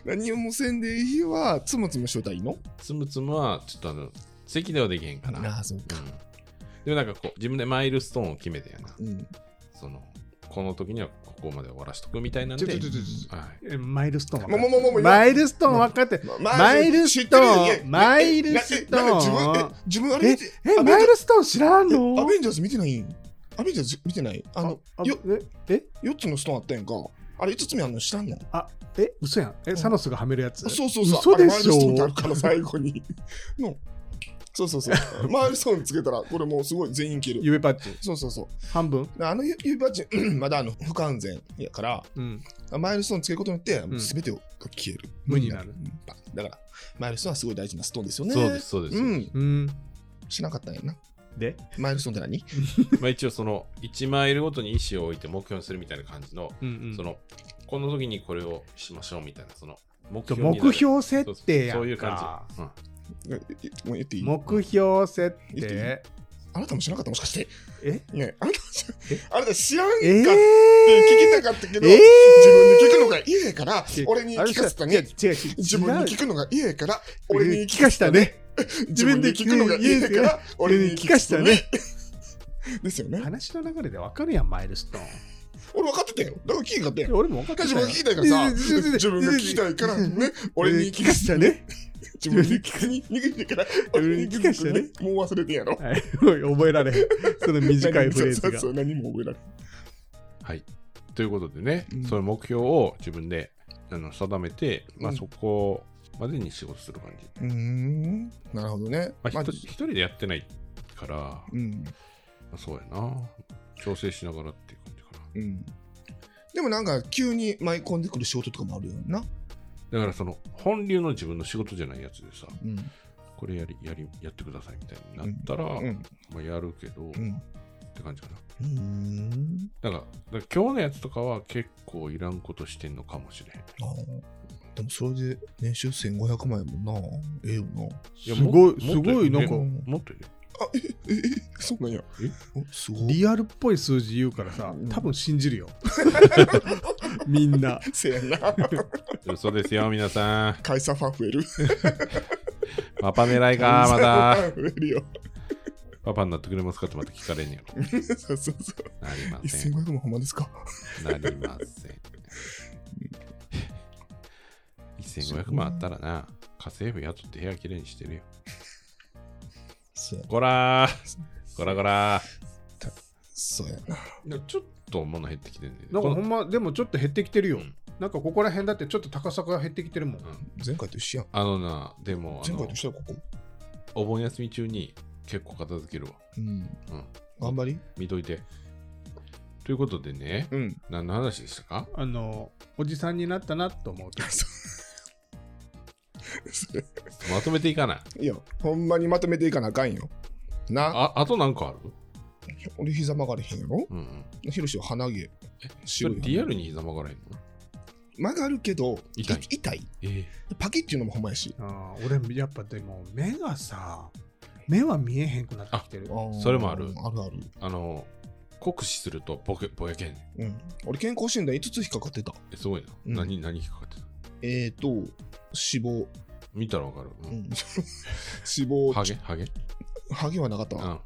[SPEAKER 3] 何もせんでいい日はつむつむしといたらいいの
[SPEAKER 2] つむつむはちょっとあの、席ではできへんかな。うん、
[SPEAKER 3] あそう
[SPEAKER 2] でもなんかこう、自分でマイルストーンを決めてやな。
[SPEAKER 3] うん
[SPEAKER 2] その、この時にはここまで終わらしとくみたいなん
[SPEAKER 3] ちょ
[SPEAKER 2] で
[SPEAKER 3] ちょ。ちょちょち
[SPEAKER 2] はい。
[SPEAKER 1] えマイルストーン分か
[SPEAKER 3] もうもうもうも
[SPEAKER 1] っ
[SPEAKER 3] う
[SPEAKER 1] て。マイルストーン分かって。
[SPEAKER 3] ょ
[SPEAKER 1] マイルスト
[SPEAKER 3] 知って
[SPEAKER 1] ー
[SPEAKER 3] る
[SPEAKER 1] ン。マイル
[SPEAKER 3] な
[SPEAKER 1] スト
[SPEAKER 3] ななんか
[SPEAKER 1] ーン。
[SPEAKER 3] 自分自分あれ見て
[SPEAKER 1] え、
[SPEAKER 3] アベン
[SPEAKER 1] マ
[SPEAKER 3] ジ
[SPEAKER 1] イ
[SPEAKER 3] ャ
[SPEAKER 1] ルストーン知らん
[SPEAKER 3] えア
[SPEAKER 1] の
[SPEAKER 3] ベンジャーズ見てないんアベンジャーズ見てないあの
[SPEAKER 1] あ
[SPEAKER 3] よ
[SPEAKER 1] ええ
[SPEAKER 3] 4つのストーンあったやんかあれ5つ目あんの知らんの
[SPEAKER 1] あ、え、嘘やん。え、サノスがはめるやつ。
[SPEAKER 3] そうそうそう。
[SPEAKER 1] 嘘で
[SPEAKER 3] あれマイ
[SPEAKER 1] し
[SPEAKER 3] ルストーンってあ
[SPEAKER 1] ょ
[SPEAKER 3] るから最後 に。の。そうそうそう。マイルストーンつけたら、これもうすごい全員切る。
[SPEAKER 1] ゆべパッチ。
[SPEAKER 3] そうそうそ
[SPEAKER 1] 半分
[SPEAKER 3] う。あのゆ指パッチン、 まだあの不完全やから、
[SPEAKER 1] うん。
[SPEAKER 3] マイルストーンつけることによって、
[SPEAKER 1] ん
[SPEAKER 3] 全てが消える。
[SPEAKER 1] 無になる
[SPEAKER 3] うん。バンだから、マイルストーンはすごい大事なストーンですよね。
[SPEAKER 2] そうです、。そうです。
[SPEAKER 3] うん。
[SPEAKER 1] うん。
[SPEAKER 3] しなかったんやな。
[SPEAKER 1] で、
[SPEAKER 3] マイルストーンって何
[SPEAKER 2] まあ一応その、1マイルごとに意思を置いて目標にするみたいな感じの、
[SPEAKER 1] うんうん
[SPEAKER 2] その、この時にこれをしましょうみたいな、その、目標になる
[SPEAKER 1] 目標
[SPEAKER 2] そう
[SPEAKER 1] 設
[SPEAKER 2] そう
[SPEAKER 1] 定やんか
[SPEAKER 2] そういう感じ。うん
[SPEAKER 3] えもう言っていい
[SPEAKER 1] 目標設
[SPEAKER 3] 言っていい
[SPEAKER 1] 定
[SPEAKER 3] あなたもしなかったもしかして。
[SPEAKER 1] え
[SPEAKER 3] ねあなたもし
[SPEAKER 1] え
[SPEAKER 3] あなた知らんかっ
[SPEAKER 1] え
[SPEAKER 3] て
[SPEAKER 1] ー
[SPEAKER 3] 聞きたかったけど、
[SPEAKER 1] えー
[SPEAKER 3] 自分に聞くのが嫌やから、俺に聞かせたね。
[SPEAKER 1] 違う違う違う
[SPEAKER 3] 自分に聞くのが嫌やから、俺に
[SPEAKER 1] 聞かした。ね
[SPEAKER 3] 自分で聞くのが嫌やから、俺に聞かしたね。 ですよね。
[SPEAKER 1] 話の流れでわかるやんマイルストーン
[SPEAKER 3] 俺分かってたよ。だから聞いかった
[SPEAKER 1] いや
[SPEAKER 3] よ。
[SPEAKER 1] 俺も分かっ
[SPEAKER 3] 自
[SPEAKER 1] てた
[SPEAKER 3] 分が
[SPEAKER 1] よ
[SPEAKER 3] 聞きたいからさ、
[SPEAKER 1] いやいやいやいや
[SPEAKER 3] 自分が聞きたいからね、俺に聞かせたね。自分に聞かから、
[SPEAKER 1] 自分に聞かしてね
[SPEAKER 3] もう忘れてんやろ。
[SPEAKER 1] はい、覚えられへん。その短いフレーズ
[SPEAKER 3] そうそう
[SPEAKER 1] が
[SPEAKER 3] そ。う、何も覚えられ
[SPEAKER 2] はい。ということでね、
[SPEAKER 3] うん
[SPEAKER 2] その目標を自分であの定めて、まあ、
[SPEAKER 3] うん
[SPEAKER 2] そこまでに仕事する感じ。
[SPEAKER 3] ない。うん。なるほどね。
[SPEAKER 2] まあ、ひ
[SPEAKER 3] まあ
[SPEAKER 2] と一人でやってないから、ま
[SPEAKER 3] うん。
[SPEAKER 2] あ、そうやな。調整しながらっていう感じかな。
[SPEAKER 3] うん。でもなんか急に舞い込んでくる仕事とかもあるよな。
[SPEAKER 2] だからその本流の自分の仕事じゃないやつでさ、
[SPEAKER 3] うん。
[SPEAKER 2] これやりやりやってくださいみたいになったら、
[SPEAKER 3] うん。
[SPEAKER 2] まあ、やるけど、
[SPEAKER 3] う
[SPEAKER 2] っ
[SPEAKER 3] ん。
[SPEAKER 2] て感じかな。
[SPEAKER 3] うん。
[SPEAKER 2] だからだから今日のやつとかは結構いらんことしてんのかもしれん。
[SPEAKER 3] ああでもそれで年収1500万円もんな。ええよな。
[SPEAKER 2] いや
[SPEAKER 1] す
[SPEAKER 2] も
[SPEAKER 1] ごい
[SPEAKER 2] っともっと
[SPEAKER 1] すごい
[SPEAKER 2] ね
[SPEAKER 1] なんか
[SPEAKER 2] もっとね
[SPEAKER 3] ええそうなんや。おすごい。
[SPEAKER 1] リアルっぽい数字言うからさ
[SPEAKER 3] うん、
[SPEAKER 1] 多分信じるよ。 みんな。
[SPEAKER 3] せやな。
[SPEAKER 2] 嘘ですよ、皆さん。
[SPEAKER 3] 会社ファン増える。
[SPEAKER 2] パパ狙い か、まだ。
[SPEAKER 3] 増えるよ。
[SPEAKER 2] パパになってくれますかってまた聞かれんやろ。
[SPEAKER 3] そうそうそう。
[SPEAKER 2] なりません。
[SPEAKER 3] 1500万ほんまですか
[SPEAKER 2] なりません。1500万あったらな、家政婦雇って部屋きれいにしてるよ。
[SPEAKER 3] そうや
[SPEAKER 2] こらー、こらこらー。
[SPEAKER 3] そうやな。
[SPEAKER 2] いやちょっと物減ってきてんね
[SPEAKER 1] なん
[SPEAKER 2] こ
[SPEAKER 1] か
[SPEAKER 2] の
[SPEAKER 1] ほんま、でもちょっと減ってきてるよ
[SPEAKER 2] うん。
[SPEAKER 1] なんかここら辺だってちょっと高さが減ってきてるもん。
[SPEAKER 3] 前回と一緒やん。
[SPEAKER 2] あのな、でもあ
[SPEAKER 3] 前
[SPEAKER 2] の
[SPEAKER 3] 回と一緒やん、ここ。
[SPEAKER 2] お盆休み中に結構片付けるわ。
[SPEAKER 3] うん。
[SPEAKER 2] うん
[SPEAKER 3] 頑張り
[SPEAKER 2] 見といて。ということでね、
[SPEAKER 3] うん。
[SPEAKER 2] 何の話でしたか
[SPEAKER 1] あの、おじさんになったなと思 うと。
[SPEAKER 2] まとめていかな い。
[SPEAKER 3] いや、ほんまにまとめていかなあかんよ。な、
[SPEAKER 2] ああと何個ある
[SPEAKER 3] 俺膝曲がれへんやろ
[SPEAKER 2] うんうん。
[SPEAKER 3] ヒロシは鼻毛。
[SPEAKER 2] そ
[SPEAKER 3] 白
[SPEAKER 2] れ
[SPEAKER 3] い
[SPEAKER 2] リアルに膝曲がらへんの
[SPEAKER 3] 曲がるけど、
[SPEAKER 2] 痛い
[SPEAKER 3] い痛い。
[SPEAKER 2] ええ
[SPEAKER 3] パキっていうのもほんまやし。
[SPEAKER 1] あー俺、やっぱでも、目がさ、目は見えへんくなってきてる。
[SPEAKER 2] それもある
[SPEAKER 3] あるある。
[SPEAKER 2] あの、酷使するとボケぼやけんねん。
[SPEAKER 3] うん。俺健康診断5つ引っかかってた。
[SPEAKER 2] え、すごいな。
[SPEAKER 3] うん
[SPEAKER 2] 何、何引っかかってた
[SPEAKER 3] えーと、脂肪。
[SPEAKER 2] 見たらわかる。
[SPEAKER 3] う
[SPEAKER 2] うん
[SPEAKER 3] ん脂肪。
[SPEAKER 2] ハゲハゲ
[SPEAKER 3] ハゲはなかった
[SPEAKER 2] う
[SPEAKER 3] わ。
[SPEAKER 2] ん。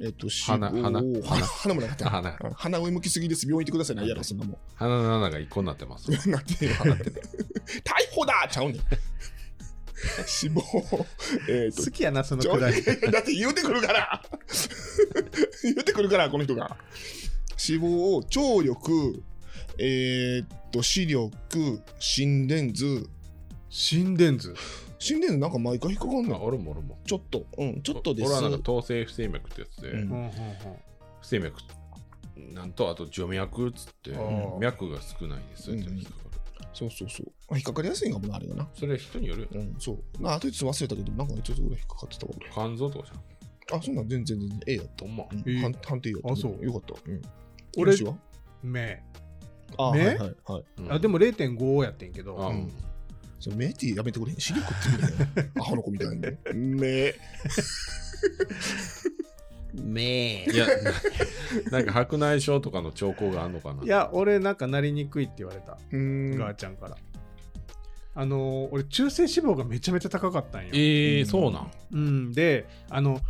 [SPEAKER 3] えっと、
[SPEAKER 2] 鼻
[SPEAKER 3] 脂肪を。
[SPEAKER 2] 鼻
[SPEAKER 3] 鼻鼻もなかった
[SPEAKER 2] あ、
[SPEAKER 3] よ。
[SPEAKER 2] 鼻。
[SPEAKER 3] うん鼻上向きすぎです。病院行ってください。ないやろ、そんなもん。
[SPEAKER 2] 鼻の穴が一個になってます。
[SPEAKER 3] なってるよ
[SPEAKER 2] なっ て
[SPEAKER 3] 逮捕だちゃうねん。死亡。えっ、
[SPEAKER 1] 好
[SPEAKER 3] と、
[SPEAKER 1] きやな、その
[SPEAKER 3] ちょ
[SPEAKER 1] く
[SPEAKER 3] いや
[SPEAKER 1] だり。
[SPEAKER 3] いやだって言うてくるから。 言うてくるから、この人が。死亡を聴力、えっ、と、視力、心電図。
[SPEAKER 1] 心電図。
[SPEAKER 3] 心電図なんか毎回引っかかん
[SPEAKER 2] ま
[SPEAKER 3] の
[SPEAKER 2] あ、俺も俺も。
[SPEAKER 3] ちょっと、うん、ちょっとです。
[SPEAKER 2] 俺はなんか統制不整脈ってやつで、
[SPEAKER 3] うん
[SPEAKER 1] うんうんうん
[SPEAKER 2] 不整脈、なんとあと除脈っつって
[SPEAKER 1] あー、
[SPEAKER 2] 脈が少ないです。そうやって引っかかる。
[SPEAKER 3] そうそうそう。あ引っかかりやすいんかもな、あれよな。
[SPEAKER 2] それ人によるよね。
[SPEAKER 3] うん、そう。まあ、あといつ忘れたけど、なんかちょっと俺引っかかってたわ。
[SPEAKER 2] 肝臓とかじゃん。
[SPEAKER 3] 俺あ、そんなん全然全然、ええやった。
[SPEAKER 2] ほんま。
[SPEAKER 3] うん
[SPEAKER 1] ええ
[SPEAKER 3] 判判定やった。
[SPEAKER 1] あそう
[SPEAKER 3] よかった。うん。
[SPEAKER 1] 俺
[SPEAKER 3] よしは
[SPEAKER 1] 目。
[SPEAKER 3] あ、
[SPEAKER 1] ね
[SPEAKER 3] はいはいはい。
[SPEAKER 2] うん
[SPEAKER 1] あ、でも0.5やってんけど。。
[SPEAKER 2] あ、うん
[SPEAKER 3] その目ってやめてくれへん。視力って言うねん。アホの子みたいに。目。目。
[SPEAKER 2] いや、な なんか白内障とかの兆候があんのかない
[SPEAKER 1] や、俺なんかなりにくいって言われた、
[SPEAKER 3] うーん。
[SPEAKER 1] ガーちゃんから。あのー俺、中性脂肪がめちゃめちゃ高かったんよ。
[SPEAKER 2] ええそうなん。
[SPEAKER 1] うん、で、あの、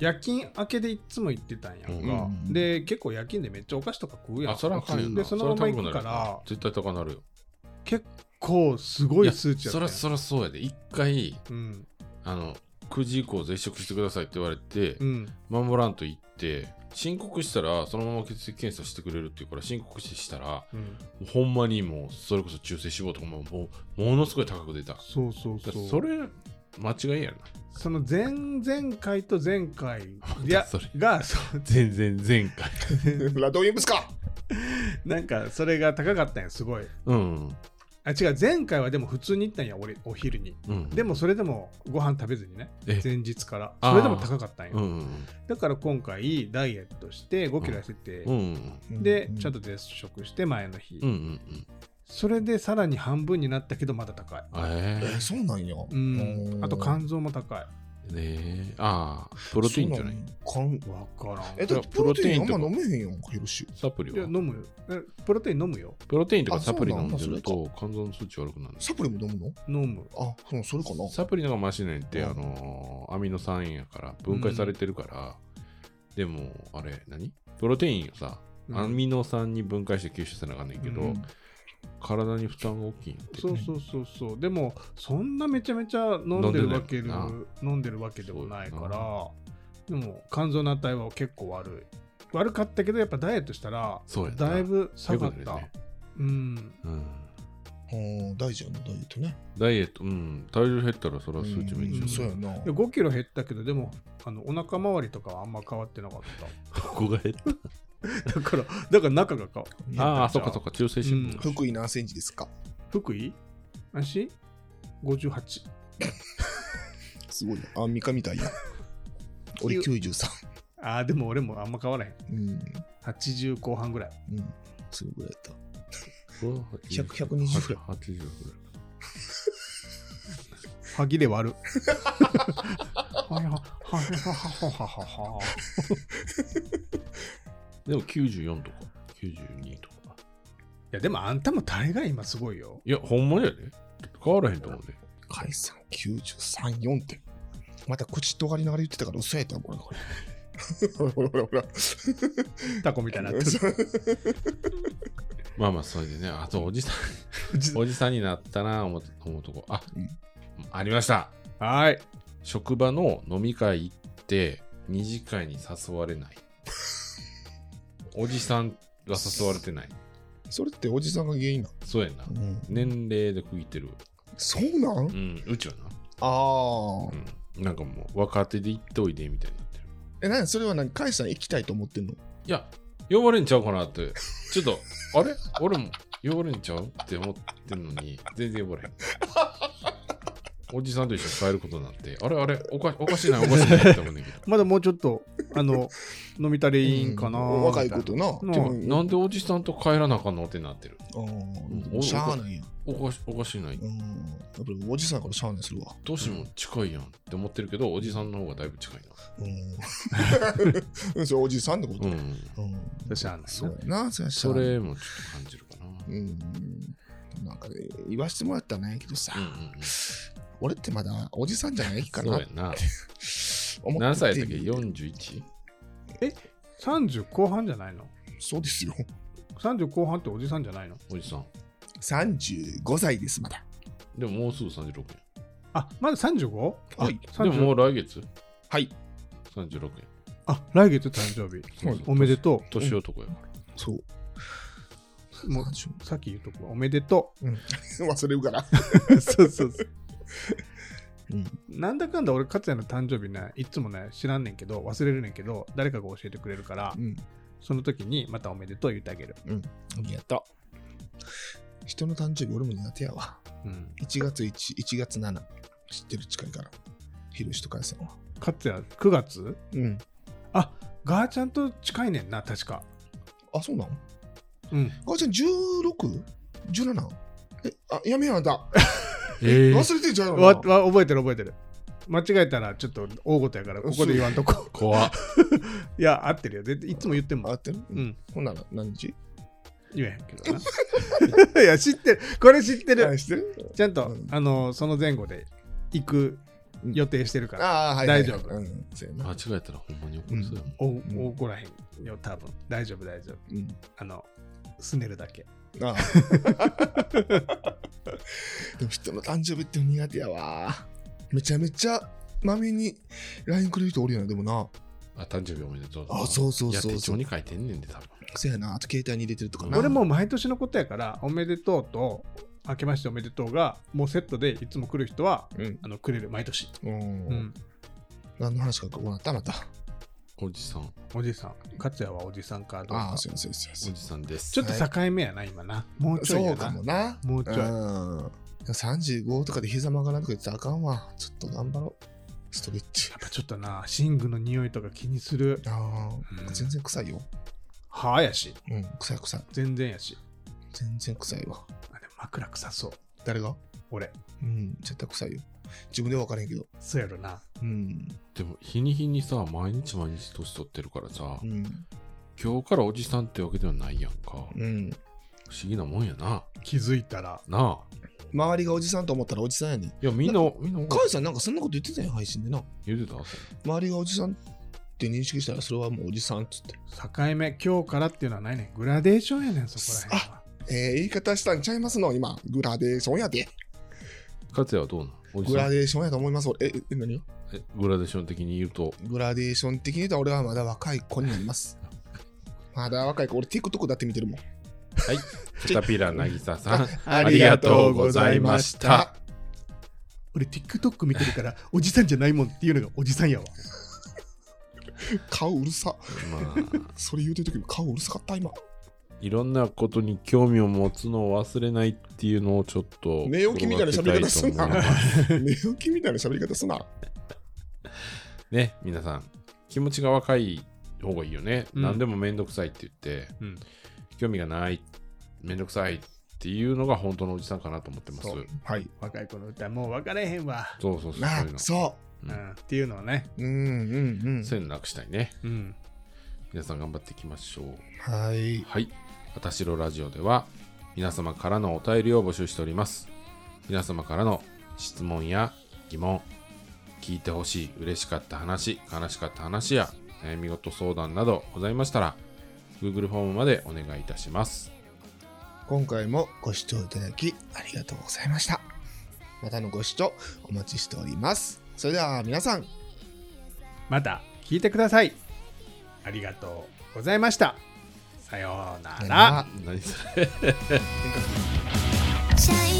[SPEAKER 1] 夜勤明けでいつも行ってたんやんか。
[SPEAKER 3] うん
[SPEAKER 1] で、結構夜勤でめっちゃお菓子とか食うやん。
[SPEAKER 2] あ、そらあかんよな。
[SPEAKER 1] で、そのまま
[SPEAKER 2] れ高くな
[SPEAKER 1] 行く
[SPEAKER 2] る
[SPEAKER 1] か
[SPEAKER 2] よ
[SPEAKER 1] ら、
[SPEAKER 2] 絶対高なるよ。
[SPEAKER 1] 結構すごい数値や
[SPEAKER 2] そ
[SPEAKER 1] ったん
[SPEAKER 2] ら
[SPEAKER 1] や
[SPEAKER 2] そらそうやで。一回、
[SPEAKER 1] うん。
[SPEAKER 2] あの、9時以降絶食してくださいって言われて、
[SPEAKER 1] うん。
[SPEAKER 2] 守らんと言って、申告したら、そのまま血液検査してくれるっていうから、申告してしたら、も
[SPEAKER 1] うん。
[SPEAKER 2] うほんまにもう、それこそ中性脂肪とかも、もう、ものすごい高く出た。だか
[SPEAKER 1] そうそう
[SPEAKER 2] ら
[SPEAKER 1] そう。
[SPEAKER 2] それ、間違いやな。
[SPEAKER 1] その前々回と前 回いや
[SPEAKER 2] それ
[SPEAKER 1] がそう
[SPEAKER 2] 全然前回。
[SPEAKER 3] ラドウィンブスか
[SPEAKER 1] なんかそれが高かったんやすごい
[SPEAKER 2] うん。
[SPEAKER 1] あ違う前回はでも普通に行ったんや俺お昼に
[SPEAKER 2] うん。
[SPEAKER 1] でもそれでもご飯食べずにね
[SPEAKER 2] え
[SPEAKER 1] 前日から
[SPEAKER 2] あー
[SPEAKER 1] それでも高かったん
[SPEAKER 2] うん
[SPEAKER 1] よだから今回ダイエットして5キロ痩せて
[SPEAKER 2] うんうん。うんうん
[SPEAKER 1] でちゃんと絶食して前の日
[SPEAKER 2] うん。うんうんうん。
[SPEAKER 1] それでさらに半分になったけどまだ高い
[SPEAKER 2] え
[SPEAKER 3] えー、そうなんや。う
[SPEAKER 1] う
[SPEAKER 3] んん
[SPEAKER 1] あと肝臓も高い
[SPEAKER 2] えねえ。ああ、プロテインじゃない。
[SPEAKER 3] そうなんやかん
[SPEAKER 1] わからん
[SPEAKER 3] え、
[SPEAKER 1] い
[SPEAKER 3] だってプロテインあん
[SPEAKER 2] プロテインとか
[SPEAKER 3] ま飲めへんやんか、ヒロシ。
[SPEAKER 2] サプリ
[SPEAKER 1] や
[SPEAKER 2] は
[SPEAKER 1] 飲むよえプロテイン飲むよ
[SPEAKER 2] プロテインとか
[SPEAKER 3] あ
[SPEAKER 2] サプリ飲んで
[SPEAKER 3] そうなん
[SPEAKER 2] る
[SPEAKER 3] だそ
[SPEAKER 2] と肝臓の数値悪くなる
[SPEAKER 3] サプリも飲むの
[SPEAKER 1] 飲む
[SPEAKER 3] あ、そう、それかな。
[SPEAKER 2] サプリの方がマシなんって、
[SPEAKER 3] うん
[SPEAKER 2] あのーアミノ酸やから分解されてるから、でもあれ何プロテインをさ、
[SPEAKER 1] うん
[SPEAKER 2] アミノ酸に分解して吸収せなあかんねんけど、
[SPEAKER 1] うん
[SPEAKER 2] 体に負担が大きいんやって
[SPEAKER 1] そうそうそうそうでもそんなめちゃめちゃ飲んでるわけでも飲んでるわけでもないからでも肝臓の値は結構悪い悪かったけどやっぱダイエットしたら
[SPEAKER 2] そうやな
[SPEAKER 1] だいぶ下がっ
[SPEAKER 2] 良く
[SPEAKER 1] た
[SPEAKER 2] なるよね
[SPEAKER 1] うん
[SPEAKER 2] うん
[SPEAKER 3] うん、大事やな、ダイエットね。
[SPEAKER 2] ダイエット、うん、体重減ったらそれは数値もいいん
[SPEAKER 3] うん
[SPEAKER 2] じ
[SPEAKER 3] そ
[SPEAKER 2] ゃ
[SPEAKER 3] う
[SPEAKER 2] な
[SPEAKER 3] や
[SPEAKER 2] い
[SPEAKER 3] な。
[SPEAKER 1] で5キロ減ったけどでもあのお腹周りとかはあんま変わってなかっ
[SPEAKER 2] どこが減った
[SPEAKER 1] ただからだから中がか
[SPEAKER 3] うん
[SPEAKER 2] ああ、そっかそっか、中性脂
[SPEAKER 1] うん
[SPEAKER 2] 肪。
[SPEAKER 3] 福井何センチですか
[SPEAKER 1] 福井足58
[SPEAKER 3] すごいな。アンミカみたいや。俺93。
[SPEAKER 1] あーでも俺もあんま変わらへん
[SPEAKER 3] うん。
[SPEAKER 1] 80後半ぐらい
[SPEAKER 3] うん。それぐらいやった。
[SPEAKER 2] 100
[SPEAKER 3] 100 120ぐらい
[SPEAKER 2] 80ぐらい。
[SPEAKER 1] 歯切れ割るはいははいはいはいはいはい
[SPEAKER 2] でも94とか、92とか。
[SPEAKER 1] いやでもあんたも大概今すごいよ
[SPEAKER 2] いや、ほんまやで。変わらへんと思うで。
[SPEAKER 3] 解散93、4点。また口尖りながら言ってたから嘘やったわ、これ。ほらほらほらほら。
[SPEAKER 1] タコみたいになってる
[SPEAKER 2] まあまあ、それでね、あとおじさん、おじさんになったなぁ思う思うとこ。あ、
[SPEAKER 3] うん
[SPEAKER 2] ありました。
[SPEAKER 1] はい
[SPEAKER 2] 職場の飲み会行って、二次会に誘われない。おじさんが誘われてない。
[SPEAKER 3] それっておじさんが原因な
[SPEAKER 2] そうやな。
[SPEAKER 3] の、うん、
[SPEAKER 2] 年齢で区切ってる。
[SPEAKER 3] そうなん、
[SPEAKER 2] うん、うちは
[SPEAKER 3] ああ
[SPEAKER 2] な。。うん。なんかもう、若手で行っておいでみたいになってる。
[SPEAKER 3] え、なんそれは何解散行きたいと思ってんの
[SPEAKER 2] いや、呼ばれんちゃうかなって、ちょっと、 あれ俺も呼ばれんちゃうって思ってんのに、全然呼ばれへん。おじさんと一緒に帰ることになって、あれあれおかおかしいな、おかしいなって思うねん だけ
[SPEAKER 1] まだもうちょっとあの飲み足りんかな
[SPEAKER 3] うん若い子とな。
[SPEAKER 1] み
[SPEAKER 3] で
[SPEAKER 1] たいな
[SPEAKER 3] も
[SPEAKER 2] ど。なんでおじさんと帰らなあかんのってなってる。
[SPEAKER 3] あ
[SPEAKER 2] お
[SPEAKER 3] あ。しゃあないやん。
[SPEAKER 2] おかしおかしいな、
[SPEAKER 3] うん。やっぱりおじさんやからしゃあないするわ。
[SPEAKER 2] 年も近いやんって思ってるけど、おじさんの方がだいぶ近い
[SPEAKER 3] うん。それおじさんってこと
[SPEAKER 2] な。うん。
[SPEAKER 3] うん。
[SPEAKER 1] 私はあんな
[SPEAKER 3] そうやな。それはしゃあ
[SPEAKER 2] そ
[SPEAKER 3] ない。
[SPEAKER 2] れもちょっと感じるかな。うん
[SPEAKER 3] うん。なんかね言わしてもらったらないけどさ、
[SPEAKER 2] うんうん、そ
[SPEAKER 3] 俺ってまだおじさんじゃないか
[SPEAKER 2] う
[SPEAKER 3] ら
[SPEAKER 2] やな。何歳だっけ ?41?
[SPEAKER 1] 30後半じゃないの
[SPEAKER 3] そうですよ。
[SPEAKER 1] 30後半っておじさんじゃないの
[SPEAKER 2] おじさん。
[SPEAKER 3] 35歳です、まだ。
[SPEAKER 2] でももうすぐ36
[SPEAKER 1] あまだ 35?
[SPEAKER 3] はい
[SPEAKER 1] あ
[SPEAKER 2] 円。でももう
[SPEAKER 1] 30
[SPEAKER 2] 来月
[SPEAKER 3] はい。
[SPEAKER 2] 36円。
[SPEAKER 1] あ来月誕生日
[SPEAKER 2] そうそう
[SPEAKER 1] おめでと
[SPEAKER 2] 年男やから。
[SPEAKER 3] そう。
[SPEAKER 1] うもうさっき言うとこはおめでと
[SPEAKER 3] うん、忘れるから。
[SPEAKER 1] うそうそうそう
[SPEAKER 3] うん、
[SPEAKER 1] なんだかんだ俺勝也の誕生日ねいつもね知らんねんけど忘れるねんけど誰かが教えてくれるから
[SPEAKER 3] うん。
[SPEAKER 1] その時にまたおめでとう言ってあげる
[SPEAKER 3] やった。人の誕生日俺も苦手やわ。
[SPEAKER 1] うん
[SPEAKER 3] 1月1、1月7。知ってる近いから。ひろしとかやさんは。
[SPEAKER 1] 勝也9月
[SPEAKER 3] うん。
[SPEAKER 1] あガーちゃんと近いねんな確か
[SPEAKER 3] あ、そうなの
[SPEAKER 1] うん
[SPEAKER 3] 母ちゃん 16?17? え、あ、やめよ、あんた。
[SPEAKER 2] え
[SPEAKER 3] 忘れてんじゃんやろ
[SPEAKER 1] わ
[SPEAKER 3] な。
[SPEAKER 1] わ覚えてる覚えてる間違えたらちょっと大ごとやからここで言わんと こ
[SPEAKER 2] 怖っ。
[SPEAKER 1] いや合ってるよ絶対いつも言ってんも
[SPEAKER 3] あ
[SPEAKER 1] ん
[SPEAKER 3] ってるう。
[SPEAKER 1] うんん
[SPEAKER 3] ほんなら何日
[SPEAKER 1] 言えへんけどな いや知ってるこれ知ってる
[SPEAKER 3] してる
[SPEAKER 1] ちゃんと、
[SPEAKER 3] うん
[SPEAKER 1] あのその前後で行く予定してるから、
[SPEAKER 3] ああ、はい。
[SPEAKER 1] 大丈夫
[SPEAKER 3] うん。そうや
[SPEAKER 2] 間
[SPEAKER 3] な
[SPEAKER 2] 違。えたらほんまに怒りそうやもん。
[SPEAKER 3] ん
[SPEAKER 1] お怒らへんよ多分大丈夫大丈夫
[SPEAKER 3] うん。
[SPEAKER 1] あのすねるだけ
[SPEAKER 3] ああ でも人の誕生日って苦手やわ。めちゃめちゃまめに LINE くれる人おるよな、でもな。
[SPEAKER 2] あ、誕生日おめでとうとか。
[SPEAKER 3] あ、そうそうそ
[SPEAKER 2] や、
[SPEAKER 3] う
[SPEAKER 2] 手
[SPEAKER 3] そ
[SPEAKER 2] 帳
[SPEAKER 3] う。
[SPEAKER 2] に書いてんねんで、多分。
[SPEAKER 3] せやな、あと携帯に入れてるとかな。
[SPEAKER 1] 俺もう毎年のことやからおめでとうと明けましておめでとうがもうセットでいつも来る人は
[SPEAKER 3] うん。
[SPEAKER 1] あのくれる毎年、
[SPEAKER 3] うん。
[SPEAKER 1] うん、
[SPEAKER 3] 何の話かこうなったまた。
[SPEAKER 2] おじさん、
[SPEAKER 1] おじさん勝也はおじさんかどう
[SPEAKER 3] あ
[SPEAKER 1] か
[SPEAKER 3] あ、そうそうそう
[SPEAKER 2] お
[SPEAKER 3] そう
[SPEAKER 2] じ。さんです。
[SPEAKER 1] ちょっと境目やな今なもうちょい
[SPEAKER 3] そ
[SPEAKER 1] や
[SPEAKER 3] うか
[SPEAKER 1] な
[SPEAKER 3] もな。
[SPEAKER 1] もうちょい
[SPEAKER 3] うん。35とかで膝曲がらんとか言ってたらあかんわ。ちょっと頑張ろう。ストレッチ
[SPEAKER 1] や。っぱちょっとな寝具の匂いとか気にする
[SPEAKER 3] あ
[SPEAKER 1] う
[SPEAKER 3] あ、
[SPEAKER 1] ん
[SPEAKER 3] 全然臭いよ。
[SPEAKER 1] 歯やし
[SPEAKER 3] うん、臭い臭い。
[SPEAKER 1] 全然やし
[SPEAKER 3] 全然臭いわ。
[SPEAKER 1] あでも枕臭そう
[SPEAKER 3] 誰が
[SPEAKER 1] 俺
[SPEAKER 3] うん、絶対臭いよ。自分では分からへんけど。
[SPEAKER 1] そうやろな
[SPEAKER 3] うん。
[SPEAKER 2] でも、日に日にさ、毎日毎日年取ってるからさ
[SPEAKER 3] う、ん。
[SPEAKER 2] 今日からおじさんってわけではないやんか。不思
[SPEAKER 3] うん。
[SPEAKER 2] 議なもんやな。
[SPEAKER 1] 気づいたら
[SPEAKER 2] なあ。
[SPEAKER 3] 周りがおじさんと思ったらおじさんやねん。
[SPEAKER 2] いや、みんな、みんなお
[SPEAKER 3] カイさんなんかそんなこと言ってたよ、配信でな。
[SPEAKER 2] 言うてた
[SPEAKER 3] 周りがおじさんって認識したらそれはもうおじさんっつって。
[SPEAKER 1] 境目今日からっていうのはないねんグラデーションやねんそこらへんは
[SPEAKER 3] ええ言い方したんちゃいますの今、グラデーションやで。
[SPEAKER 2] かつやはどうなのおじ
[SPEAKER 3] グ
[SPEAKER 2] さ
[SPEAKER 3] ラ
[SPEAKER 2] ん
[SPEAKER 3] デーションやと思います。俺え、え何を
[SPEAKER 2] えグラデーション的に言うと、
[SPEAKER 3] グラデーション的に言うと俺はまだ若い子になり ます。まだ若い子、俺 TikTok だって見てるもん。
[SPEAKER 2] はい、キャタピラなぎささん、
[SPEAKER 3] あ
[SPEAKER 2] りがとうございました。
[SPEAKER 1] 俺 TikTok 見てる からおじさんじゃないもんっていうのがおじさんやわ
[SPEAKER 3] 顔うるさ。
[SPEAKER 2] まあ、
[SPEAKER 3] それ言うてる時も顔うるさかった今。
[SPEAKER 2] いろんなことに興味を持つのを忘れないっていうのをちょっ と
[SPEAKER 3] 寝起きみたいな喋り方すんな
[SPEAKER 2] 心がけたいと思いま す。
[SPEAKER 3] 寝起きみたいな喋り方すな。
[SPEAKER 2] ね、皆さん、気持ちが若い方がいいよね。
[SPEAKER 1] うん
[SPEAKER 2] 何でもめんどくさいって言って、
[SPEAKER 1] うん
[SPEAKER 2] 興味がない、めんどくさいっていうのが本当のおじさんかなと思ってます。
[SPEAKER 3] そ
[SPEAKER 2] そう
[SPEAKER 3] う。はい。
[SPEAKER 1] 若い子の歌もう分かれへんわ、
[SPEAKER 2] そうそうそう
[SPEAKER 3] な
[SPEAKER 2] いうの。
[SPEAKER 3] そ
[SPEAKER 2] うん
[SPEAKER 1] うんっていうのはね、
[SPEAKER 3] う。うんうん
[SPEAKER 2] そういうのなくしたいね。
[SPEAKER 1] うん、
[SPEAKER 2] 皆さん頑張っていきましょう。
[SPEAKER 3] うん。はい。
[SPEAKER 2] はい。あたしろラジオでは皆様からのお便りを募集しております。皆様からの質問や疑問、聞いてほしい、嬉しかった話、悲しかった話や悩み事相談などございましたら Google フォームまでお願いいたします。
[SPEAKER 3] 今回もご視聴いただきありがとうございました。またのご視聴お待ちしております。それでは皆さん、
[SPEAKER 1] また聞いてくださいありがとうございましたさようなら
[SPEAKER 2] 何それ
[SPEAKER 4] シャイ